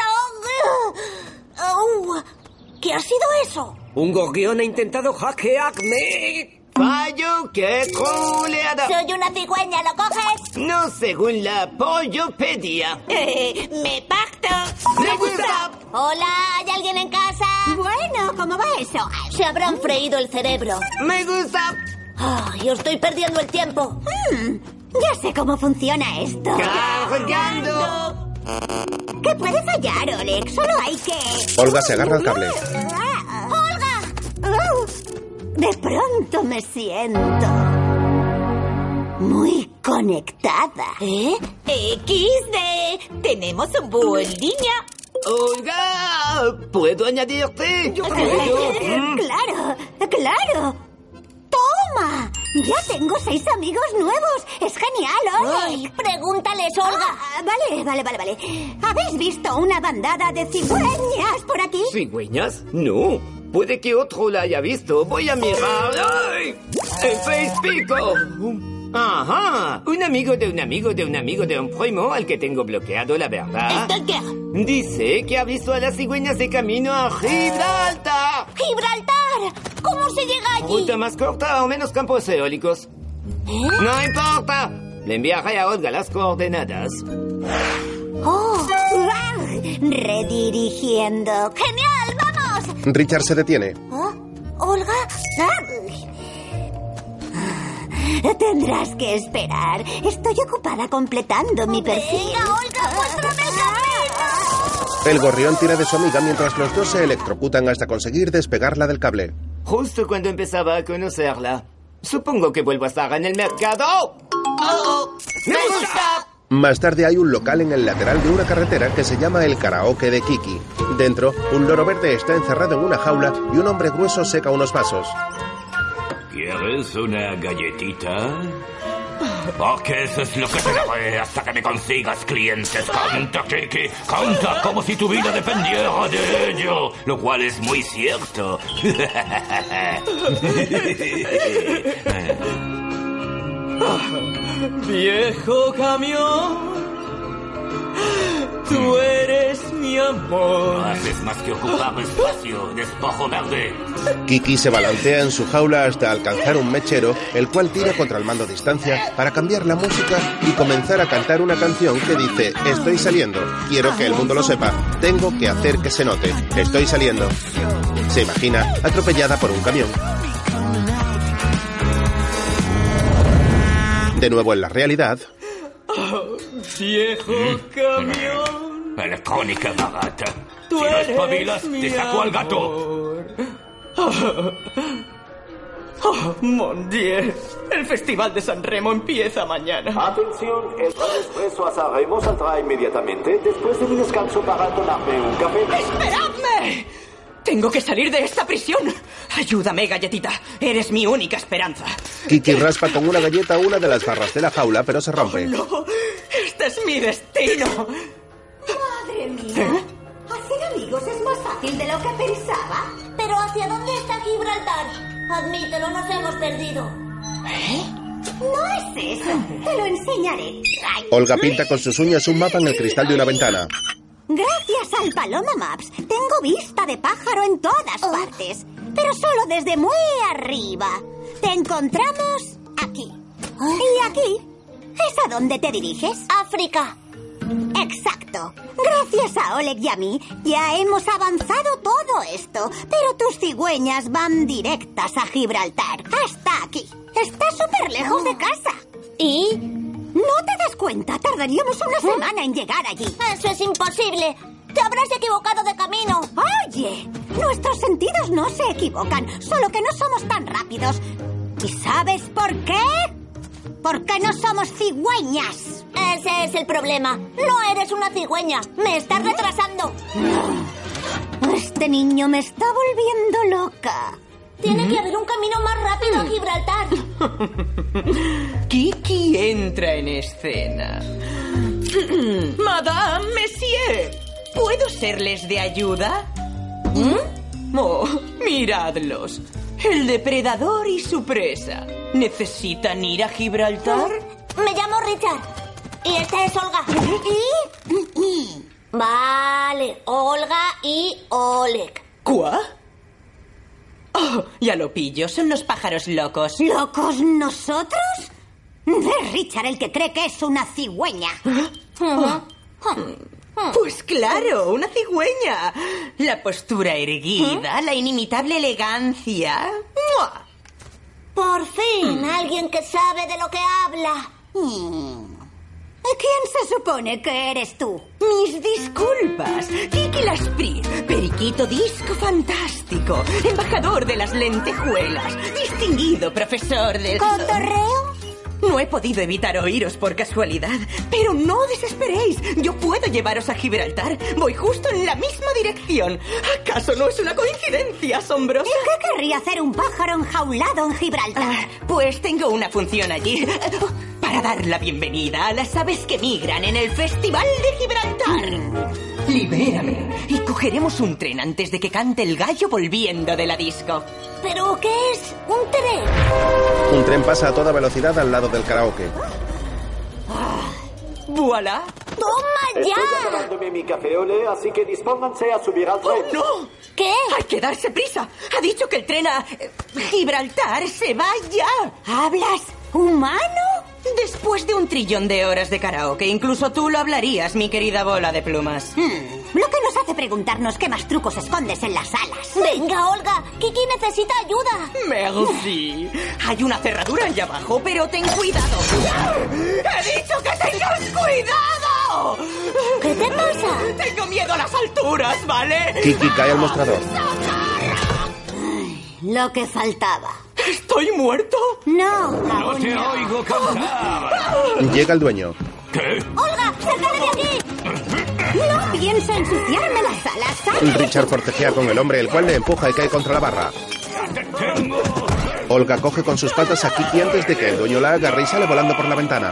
Speaker 9: Ah, uh, ¿Qué ha sido eso?
Speaker 3: Un gorrión ha intentado hackearme. ¡Fallo! ¡Qué culeada!
Speaker 9: Soy una cigüeña, ¿lo coges?
Speaker 3: No según la pollopedia.
Speaker 5: Eh, me pacto.
Speaker 3: ¡Me gusta!
Speaker 9: Hola, ¿hay alguien en casa?
Speaker 5: Bueno, ¿cómo va eso?
Speaker 9: Se habrán freído el cerebro.
Speaker 3: ¡Me gusta!
Speaker 9: Ay, yo estoy perdiendo el tiempo.
Speaker 5: Hmm, Ya sé cómo funciona esto.
Speaker 3: ¡Cargando!
Speaker 5: ¿Qué puede fallar, Oleg? Solo hay que...
Speaker 1: Olga se agarra al cable.
Speaker 5: ¡Olga! de pronto me siento... Muy conectada. ¿Eh? XD. Tenemos un búho en línea.
Speaker 3: ¡Olga! ¿Puedo añadirte? Yo
Speaker 5: Claro, claro. ¡Toma! Ya tengo seis amigos nuevos. Es genial, Oleg.
Speaker 9: Ay, pregúntales, Olga.
Speaker 5: Ah, vale, vale, vale, vale. ¿Habéis visto una bandada de cigüeñas por aquí?
Speaker 3: ¿Cigüeñas? No. Puede que otro la haya visto. Voy a mirar. ¡Ay! ¡El Face Pico! ¡Ajá! Un amigo de un amigo de un amigo de un primo al que tengo bloqueado, la verdad.
Speaker 9: ¿Esto qué?
Speaker 3: Dice que ha visto a las cigüeñas de camino a Gibraltar.
Speaker 9: ¡Gibraltar! ¿Cómo se llega allí?
Speaker 3: Ruta más corta o menos campos eólicos. No importa. Le enviaré a Olga las coordenadas.
Speaker 5: ¡Oh! ¡guau! Redirigiendo.
Speaker 9: ¡Genial! ¡Vamos!
Speaker 1: Richard se detiene.
Speaker 5: ¿Oh? ¿Olga? Ah, Tendrás que esperar. Estoy ocupada completando mi perfil.
Speaker 9: Venga, Olga, muéstrame el
Speaker 5: Ah.
Speaker 9: camino.
Speaker 1: El gorrión tira de su amiga mientras los dos se electrocutan hasta conseguir despegarla del cable.
Speaker 3: Justo cuando empezaba a conocerla. Supongo que vuelvo a estar en el mercado. ¡Oh! ¡Me gusta!
Speaker 1: Más tarde hay un local en el lateral de una carretera que se llama el karaoke de Kiki. Dentro, un loro verde está encerrado en una jaula y un hombre grueso seca unos vasos.
Speaker 13: ¿Quieres una galletita? Porque eso es lo que te daré hasta que me consigas clientes. Canta, Kiki, canta como si tu vida dependiera de ello, lo cual es muy cierto.
Speaker 14: Viejo camión, tú eres mi amor.
Speaker 3: tiempo.
Speaker 13: No haces más que ocupar espacio, despojo verde.
Speaker 1: Kiki se balancea en su jaula hasta alcanzar un mechero, el cual tira contra el mando a distancia para cambiar la música y comenzar a cantar una canción que dice Estoy saliendo, quiero que el mundo lo sepa, tengo que hacer que se note, estoy saliendo. Se imagina atropellada por un camión. De nuevo en la realidad,
Speaker 7: Oh, viejo camión.
Speaker 13: Electrónica barata.
Speaker 7: Tú
Speaker 13: si no
Speaker 7: eres
Speaker 13: espabilas,
Speaker 7: mi
Speaker 13: te saco al gato.
Speaker 7: amor. Oh, oh, mon Dieu. El Festival de San Remo empieza mañana.
Speaker 14: Atención, el gran expreso a Sanremo saldrá inmediatamente después de mi descanso para tomarme un café.
Speaker 7: ¡Esperadme! Tengo que salir de esta prisión. Ayúdame, galletita. Eres mi única esperanza.
Speaker 1: Kiki raspa con una galleta una de las barras de la jaula, pero se rompe.
Speaker 7: No, este es mi destino.
Speaker 5: ¡Madre mía! Hacer amigos es más fácil de lo que pensaba.
Speaker 9: Pero ¿hacia dónde está Gibraltar? Admítelo, nos hemos perdido.
Speaker 5: No es eso. Te lo enseñaré. Ay.
Speaker 1: Olga pinta con sus uñas un mapa en el cristal de una ventana.
Speaker 5: Gracias al Paloma Maps, tengo vista de pájaro en todas
Speaker 9: Oh.
Speaker 5: partes. Pero solo desde muy arriba. Te encontramos aquí.
Speaker 9: Ah.
Speaker 5: Y aquí es a donde te diriges.
Speaker 9: África.
Speaker 5: Exacto. Gracias a Oleg y a mí, ya hemos avanzado todo esto. Pero tus cigüeñas van directas a Gibraltar. Hasta aquí. Está súper lejos de casa.
Speaker 9: ¿Y?
Speaker 5: ¿No te das cuenta? Tardaríamos una semana en llegar allí.
Speaker 9: Eso es imposible. Te habrás equivocado de camino.
Speaker 5: Oye, nuestros sentidos no se equivocan, solo que no somos tan rápidos. ¿Y sabes por qué? Porque no somos cigüeñas.
Speaker 9: Ese es el problema. No eres una cigüeña. Me estás retrasando.
Speaker 5: Este niño me está volviendo loca. Mm.
Speaker 9: Tiene que haber un camino más rápido a Gibraltar.
Speaker 7: Kiki entra en escena. Madame, Monsieur, ¿puedo serles de ayuda? ¿Mm? Oh, miradlos. El depredador y su presa. ¿Necesitan ir a Gibraltar?
Speaker 9: Me llamo Richard. Y esta es Olga. ¿Y? Vale, Olga y Oleg.
Speaker 7: ¿Cuá? Oh, ya lo pillo, son los pájaros locos.
Speaker 5: ¿Locos nosotros? Es Richard el que cree que es una cigüeña.
Speaker 9: ¿Eh?
Speaker 5: Oh.
Speaker 9: Mm.
Speaker 7: Pues claro, una cigüeña. La postura erguida, la inimitable elegancia. ¡Mua!
Speaker 9: Por fin, alguien que sabe de lo que habla.
Speaker 5: Mm. ¿Quién se supone que eres tú?
Speaker 7: Mis disculpas. Kiki Lasprit, periquito disco fantástico, embajador de las lentejuelas, distinguido profesor del...
Speaker 5: ¿Cotorreo?
Speaker 7: No he podido evitar oíros por casualidad, pero no desesperéis. Yo puedo llevaros a Gibraltar. Voy justo en la misma dirección. ¿Acaso no es una coincidencia
Speaker 5: ¿Y
Speaker 7: asombrosa?
Speaker 5: qué querría hacer un pájaro enjaulado en Gibraltar?
Speaker 7: Ah, pues tengo una función allí. Para dar la bienvenida a las aves que migran en el Festival de Gibraltar. Mm. Libérame. Y cogeremos un tren antes de que cante el gallo volviendo de la disco.
Speaker 9: ¿Pero qué es? ¿Un tren?
Speaker 1: Un tren pasa a toda velocidad al lado del karaoke.
Speaker 7: ¡Voilà!
Speaker 9: ¡Toma
Speaker 14: Estoy
Speaker 9: ya!
Speaker 14: tomándome mi café ole, así que dispónganse a subir al tren.
Speaker 7: ¡Oh, ¡No!
Speaker 9: ¿Qué?
Speaker 7: ¡Hay que darse prisa! Ha dicho que el tren a eh, Gibraltar se va ya.
Speaker 5: ¿Hablas humano?
Speaker 7: Después de un trillón de horas de karaoke, incluso tú lo hablarías, mi querida bola de plumas.
Speaker 5: Mm, Lo que nos hace preguntarnos qué más trucos escondes en las alas.
Speaker 9: Venga, Olga. Kiki necesita ayuda.
Speaker 7: Merci. Hay una cerradura allá abajo, pero ten cuidado. ¡He dicho que tengas cuidado!
Speaker 9: ¿Qué te pasa?
Speaker 7: Tengo miedo a las alturas, ¿vale?
Speaker 1: Kiki cae al mostrador.
Speaker 5: Lo que faltaba.
Speaker 7: ¿Estoy muerto?
Speaker 5: No,
Speaker 13: No
Speaker 5: aún
Speaker 13: te
Speaker 5: no.
Speaker 13: oigo cantar.
Speaker 1: Llega el dueño.
Speaker 13: ¿Qué?
Speaker 9: Olga, sácala de aquí.
Speaker 5: No pienso ensuciarme las alas. ¿sabes?
Speaker 1: Richard cortejea con el hombre, el cual le empuja y cae contra la barra. Olga coge con sus patas a Kiki antes de que el dueño la agarre y sale volando por la ventana.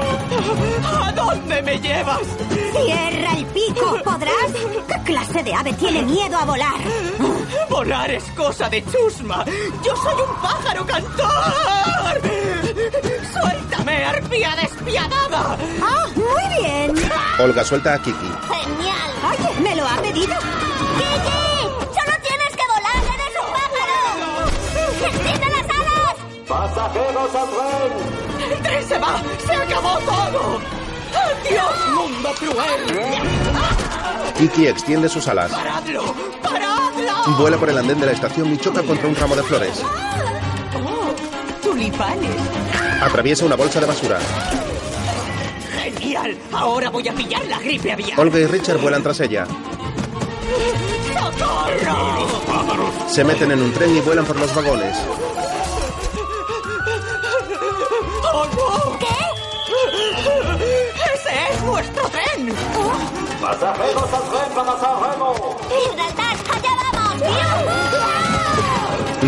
Speaker 7: ¿A dónde me llevas?
Speaker 5: Cierra el pico, ¿podrás? ¿Qué clase de ave tiene miedo a volar?
Speaker 7: Volar es cosa de chusma. Yo soy un pájaro cantor. Suéltame, arpía despiadada.
Speaker 5: ¡Ah, muy bien!
Speaker 1: Olga suelta a Kiki.
Speaker 9: Genial.
Speaker 5: Oye, perdido?
Speaker 9: ¡Kiki! ¡Solo tienes que volar! ¡Eres un pájaro! ¡Extiende las alas!
Speaker 14: ¡Pasajeros al tren!
Speaker 7: ¡El tren se va! ¡Se acabó todo! ¡Adiós, mundo cruel!
Speaker 1: Kiki extiende sus alas.
Speaker 7: ¡Paradlo! ¡Paradlo!
Speaker 1: Vuela por el andén de la estación y choca contra un ramo de flores.
Speaker 7: ¡Oh! ¡Tulipanes!
Speaker 1: Atraviesa una bolsa de basura.
Speaker 7: ¡Genial! Ahora voy a pillar la gripe aviar.
Speaker 1: Olga y Richard vuelan tras ella.
Speaker 7: ¡Socorro!
Speaker 1: Se meten en un tren y vuelan por los vagones.
Speaker 7: ¡Oh, no! ¿Qué? ¡Ese es nuestro tren!
Speaker 14: ¡Pasajeros al tren para Sanremo!
Speaker 9: ¡Gibraltar! ¡Allá vamos!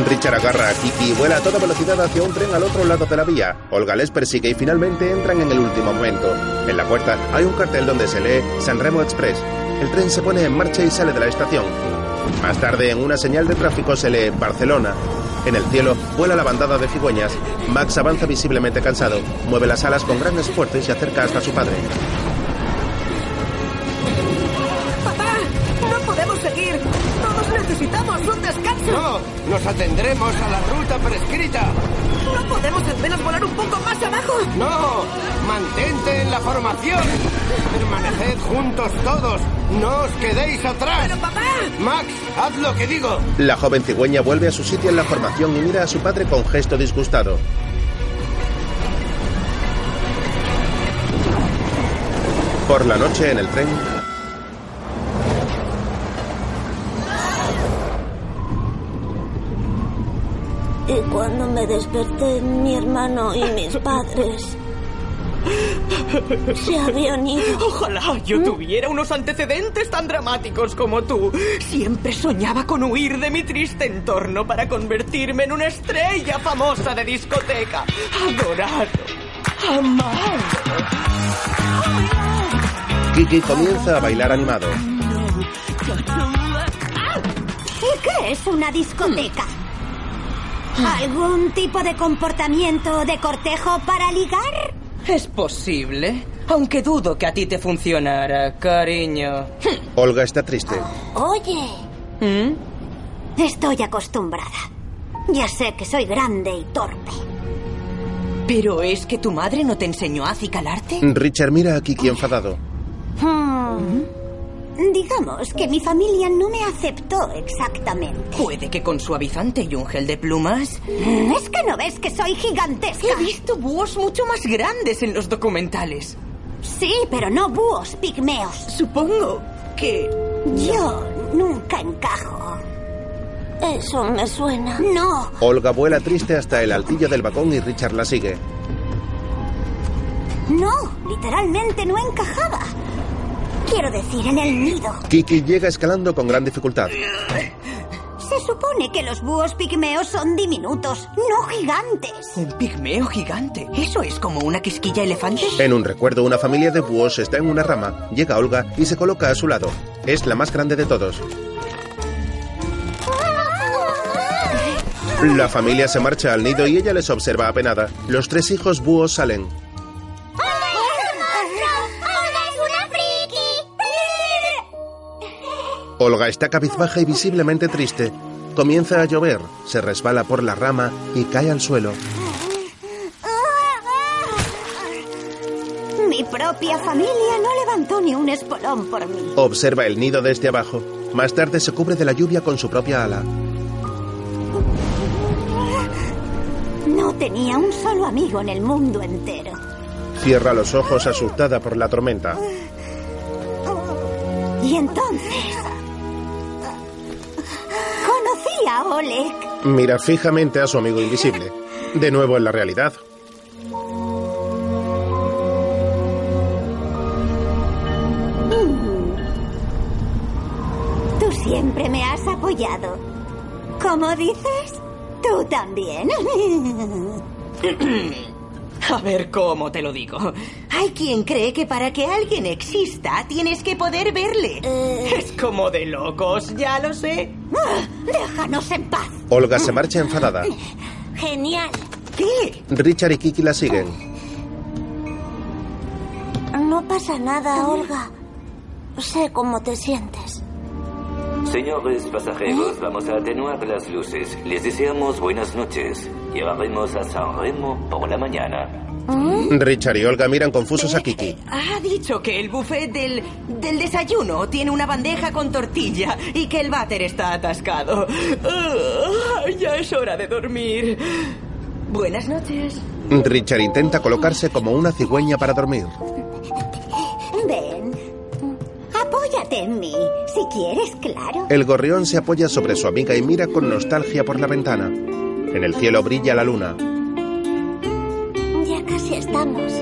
Speaker 1: Richard agarra a Kiki y vuela a toda velocidad hacia un tren al otro lado de la vía. Olga les persigue y finalmente entran en el último momento. En la puerta hay un cartel donde se lee Sanremo Express. El tren se pone en marcha y sale de la estación. Más tarde, en una señal de tráfico, se lee Barcelona. En el cielo vuela la bandada de cigüeñas. Max avanza visiblemente cansado, mueve las alas con gran esfuerzo y se acerca hasta su padre.
Speaker 15: ¡Papá! ¡No podemos seguir! ¡Todos necesitamos un descanso!
Speaker 11: No, nos atendremos a la ruta prescrita.
Speaker 15: ¡No podemos al menos volar un poco más abajo!
Speaker 11: No, mantente en la formación. Permaneced juntos todos. No os quedéis atrás.
Speaker 15: ¡Pero papá!
Speaker 11: Max, haz lo que digo.
Speaker 1: La joven cigüeña vuelve a su sitio en la formación y mira a su padre con gesto disgustado. Por la noche en el tren,
Speaker 9: Y cuando me desperté, mi hermano y mis padres se habían ido.
Speaker 7: Ojalá yo tuviera unos antecedentes tan dramáticos como tú. Siempre soñaba con huir de mi triste entorno para convertirme en una estrella famosa de discoteca. Adorado. Amado.
Speaker 1: Kiki comienza a bailar animado.
Speaker 5: ¿Y qué es una discoteca? ¿Algún tipo de comportamiento de cortejo para ligar?
Speaker 7: Es posible, aunque dudo que a ti te funcionara, cariño.
Speaker 1: Olga está triste.
Speaker 9: Oye,
Speaker 7: ¿Mm?
Speaker 5: Estoy acostumbrada. Ya sé que soy grande y torpe.
Speaker 7: ¿Pero es que tu madre no te enseñó a
Speaker 1: Mm.
Speaker 7: acicalarte?
Speaker 1: Richard mira a Kiki enfadado.
Speaker 5: Digamos que mi familia no me aceptó exactamente.
Speaker 7: Puede que con suavizante y un gel de plumas
Speaker 5: ¿Es que no ves que soy gigantesca?
Speaker 7: He visto búhos mucho más grandes en los documentales.
Speaker 5: Sí, pero no búhos pigmeos.
Speaker 7: Supongo que...
Speaker 5: Yo nunca encajo.
Speaker 9: eso me suena.
Speaker 5: No,
Speaker 1: Olga vuela triste hasta el altillo del vagón y Richard la sigue.
Speaker 5: no, literalmente no encajaba. Quiero decir, en el nido.
Speaker 1: Kiki llega escalando con gran dificultad.
Speaker 5: Se supone que los búhos pigmeos son diminutos, no gigantes.
Speaker 7: Un pigmeo gigante. ¿Eso es como una quisquilla elefante?
Speaker 1: En un recuerdo, una familia de búhos está en una rama. Llega Olga y se coloca a su lado. Es la más grande de todos. La familia se marcha al nido y ella les observa apenada. Los tres hijos búhos salen.
Speaker 9: ¡Hola, es un monstruo! ¡Hola, es una friki!
Speaker 1: Olga está cabizbaja y visiblemente triste. Comienza a llover, se resbala por la rama y cae al suelo.
Speaker 5: Mi propia familia no levantó ni un espolón por mí.
Speaker 1: Observa el nido desde abajo. Más tarde se cubre de la lluvia con su propia ala.
Speaker 5: No tenía un solo amigo en el mundo entero.
Speaker 1: Cierra los ojos asustada por la tormenta.
Speaker 5: Y entonces... Conocí a Oleg.
Speaker 1: Mira fijamente a su amigo invisible. De nuevo en la realidad.
Speaker 5: Tú siempre me has apoyado. ¿Cómo dices? Tú también.
Speaker 7: A ver cómo te lo digo.
Speaker 15: Hay quien cree que para que alguien exista tienes que poder verle.
Speaker 7: Es como de locos, ya lo sé.
Speaker 5: Déjanos en paz.
Speaker 1: Olga se marcha enfadada.
Speaker 9: Genial.
Speaker 7: ¿Qué?
Speaker 1: Richard y Kiki la siguen.
Speaker 9: No pasa nada, Olga. Sé cómo te sientes.
Speaker 16: Señores pasajeros, vamos a atenuar las luces. Les deseamos buenas noches. Llegaremos a San Remo por la mañana.
Speaker 1: Richard y Olga miran confusos a Kiki.
Speaker 7: Ha dicho que el buffet del, del desayuno tiene una bandeja con tortilla y que el váter está atascado. Ah, ya es hora de dormir. Buenas noches.
Speaker 1: Richard intenta colocarse como una cigüeña para dormir.
Speaker 5: Ven. Apóyate en mí, si quieres, claro.
Speaker 1: El gorrión se apoya sobre su amiga y mira con nostalgia por la ventana. En el cielo brilla la luna.
Speaker 9: Ya casi estamos.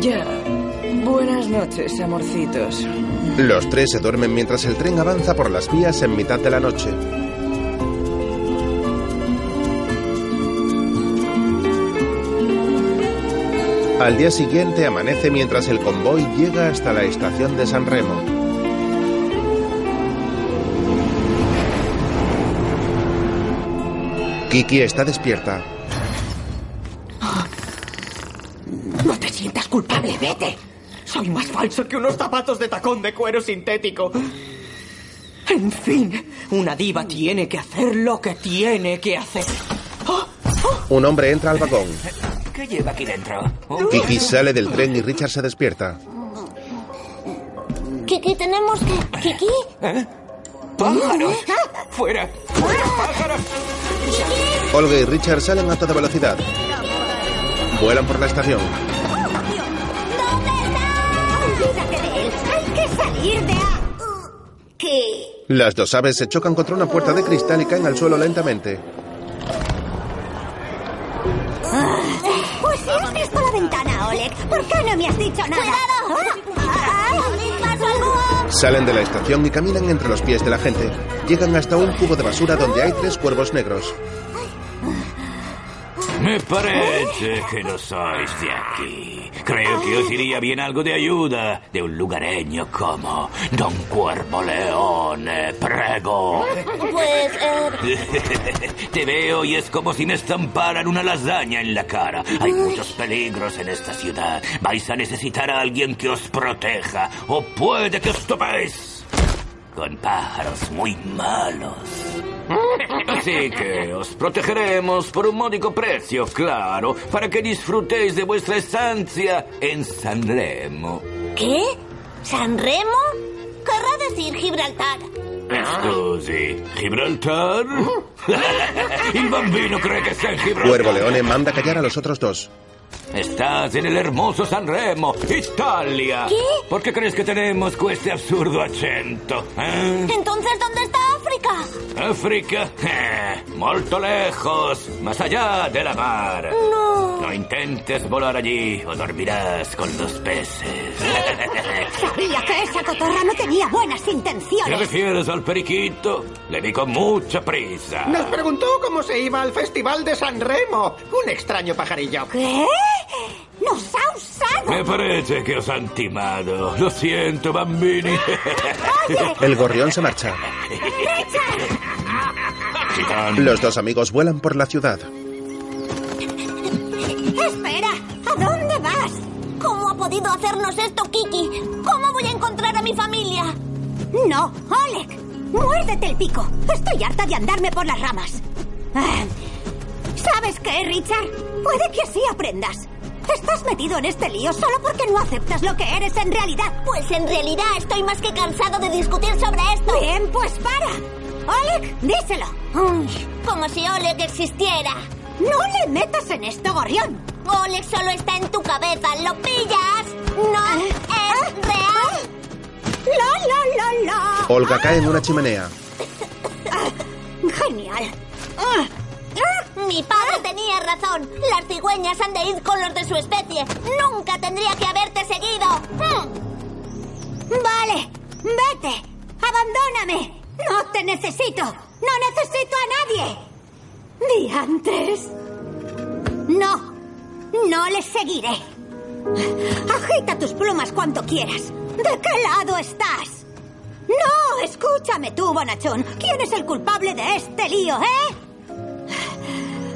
Speaker 7: Ya. Buenas noches, amorcitos.
Speaker 1: Los tres se duermen mientras el tren avanza por las vías en mitad de la noche. Al día siguiente amanece mientras el convoy llega hasta la estación de San Remo. Kiki está despierta.
Speaker 7: No te sientas culpable, vete. Soy más falso que unos zapatos de tacón de cuero sintético. En fin, una diva tiene que hacer lo que tiene que hacer. ¡Ah!
Speaker 1: Un hombre entra al vagón.
Speaker 12: ¿Qué lleva aquí dentro?
Speaker 16: ¿Oh?
Speaker 1: Kiki sale del tren y Richard se despierta.
Speaker 9: Kiki, tenemos que... Kiki,
Speaker 12: ¡Pájaros! ¡Fuera! ¡Fuera, pájaros!
Speaker 1: Olga y Richard salen a toda velocidad. Vuelan por la estación.
Speaker 5: Olvídate de él. Hay que salir de a... ¿Qué?
Speaker 1: Las dos aves se chocan contra una puerta de cristal y caen al suelo lentamente.
Speaker 5: Pues si has visto la ventana, Oleg, ¿por qué no me has dicho nada? ¡Cuidado!
Speaker 1: Salen de la estación y caminan entre los pies de la gente. Llegan hasta un cubo de basura donde hay tres cuervos negros.
Speaker 13: Me parece que no sois de aquí. Creo que os iría bien algo de ayuda de un lugareño como Don Cuervo León. eh, Prego.
Speaker 9: pues... eh,
Speaker 13: Te veo y es como si me estamparan una lasaña en la cara. Hay muchos peligros en esta ciudad. Vais a necesitar a alguien que os proteja o puede que os topéis con pájaros muy malos. Así que os protegeremos por un módico precio, claro, para que disfrutéis de vuestra estancia en Sanremo.
Speaker 9: ¿Qué? ¿San Remo? Querrá decir Gibraltar.
Speaker 13: Scusi, Gibraltar? Il bambino cree que sea en Gibraltar.
Speaker 1: Cuervo Leone manda callar a los otros dos.
Speaker 13: Estás en el hermoso Sanremo, Italia.
Speaker 9: ¿Qué?
Speaker 13: ¿Por qué crees que tenemos con este absurdo acento? eh?
Speaker 9: Entonces, ¿dónde está África?
Speaker 13: África, eh, molto lejos, más allá de la mar.
Speaker 9: No.
Speaker 13: No intentes volar allí o dormirás con los peces.
Speaker 5: Sabía que esa cotorra no tenía buenas
Speaker 13: ¿Te
Speaker 5: intenciones.
Speaker 13: refieres al periquito? Le di con mucha prisa.
Speaker 17: Nos preguntó cómo se iba al Festival de San Remo. Un extraño pajarillo.
Speaker 5: ¿Qué? ¡Nos ha usado!
Speaker 13: Me parece que os han timado. Lo siento, bambini.
Speaker 1: El gorrión se marcha. Los dos amigos vuelan por la ciudad.
Speaker 9: Espera, ¿a dónde vas? ¿Cómo ha podido hacernos esto, Kiki? ¿Cómo voy a encontrar a mi familia?
Speaker 5: No, Oleg, muérdete el pico. Estoy harta de andarme por las ramas. Ah, ¿Sabes qué, Richard? Puede que así aprendas. Estás metido en este lío solo porque no aceptas lo que eres en realidad.
Speaker 9: Pues en realidad estoy más que cansado de discutir sobre esto.
Speaker 5: Bien, pues para. Oleg, díselo.
Speaker 9: Ay, como si Oleg existiera.
Speaker 5: No le metas en esto, gorrión.
Speaker 9: Oleg solo está en tu cabeza, ¿lo pillas? No es real.
Speaker 5: Ah, ¡La, la, la, la! Ah.
Speaker 1: Olga cae en una chimenea.
Speaker 5: Genial. Ah,
Speaker 9: Mi padre tenía razón. Las cigüeñas han de ir con los de su especie. Nunca tendría que haberte seguido. Mm.
Speaker 5: Ah. Vale, vete. Abandóname. No te necesito. No necesito a nadie. Diantres. No, no les seguiré. Agita tus plumas cuanto quieras. ¿De qué lado estás? No, escúchame tú, Bonachón. ¿Quién es el culpable de este lío, eh?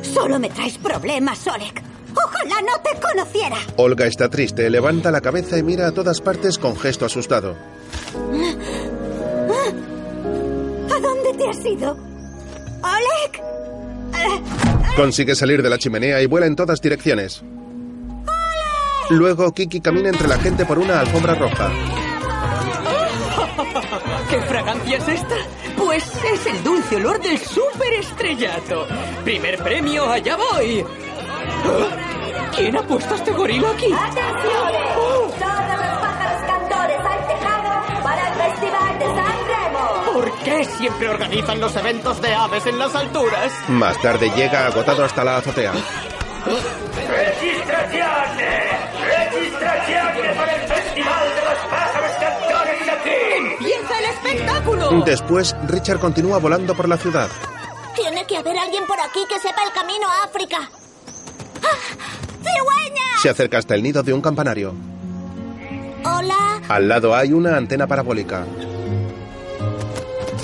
Speaker 5: Solo me traes problemas, Oleg. Ojalá no te conociera.
Speaker 1: Olga está triste, levanta la cabeza y mira a todas partes con gesto asustado.
Speaker 5: ¿Dónde has ido? ¡Oleg!
Speaker 1: Consigue salir de la chimenea y vuela en todas direcciones. Luego Kiki camina entre la gente por una alfombra roja.
Speaker 7: ¿Qué fragancia es esta? Pues es el dulce olor del superestrellato. Primer premio, allá voy. ¿Ah? ¿Quién ha puesto a este gorila aquí?
Speaker 18: ¡Atención! Todos los pájaros cantores al tejado para el Festival de San Remo.
Speaker 17: ¿Por qué siempre organizan los eventos de aves en las alturas?
Speaker 1: Más tarde llega agotado hasta la azotea.
Speaker 19: ¡Registración! ¡Registración para el Festival de los Pájaros Cantores aquí!
Speaker 7: ¡Empieza el espectáculo!
Speaker 1: Después, Richard continúa volando por la ciudad.
Speaker 9: Tiene que haber alguien por aquí que sepa el camino a África. ¡Ah! ¡Cigüeña!
Speaker 1: Se acerca hasta el nido de un campanario.
Speaker 9: Hola,
Speaker 1: Al lado hay una antena parabólica.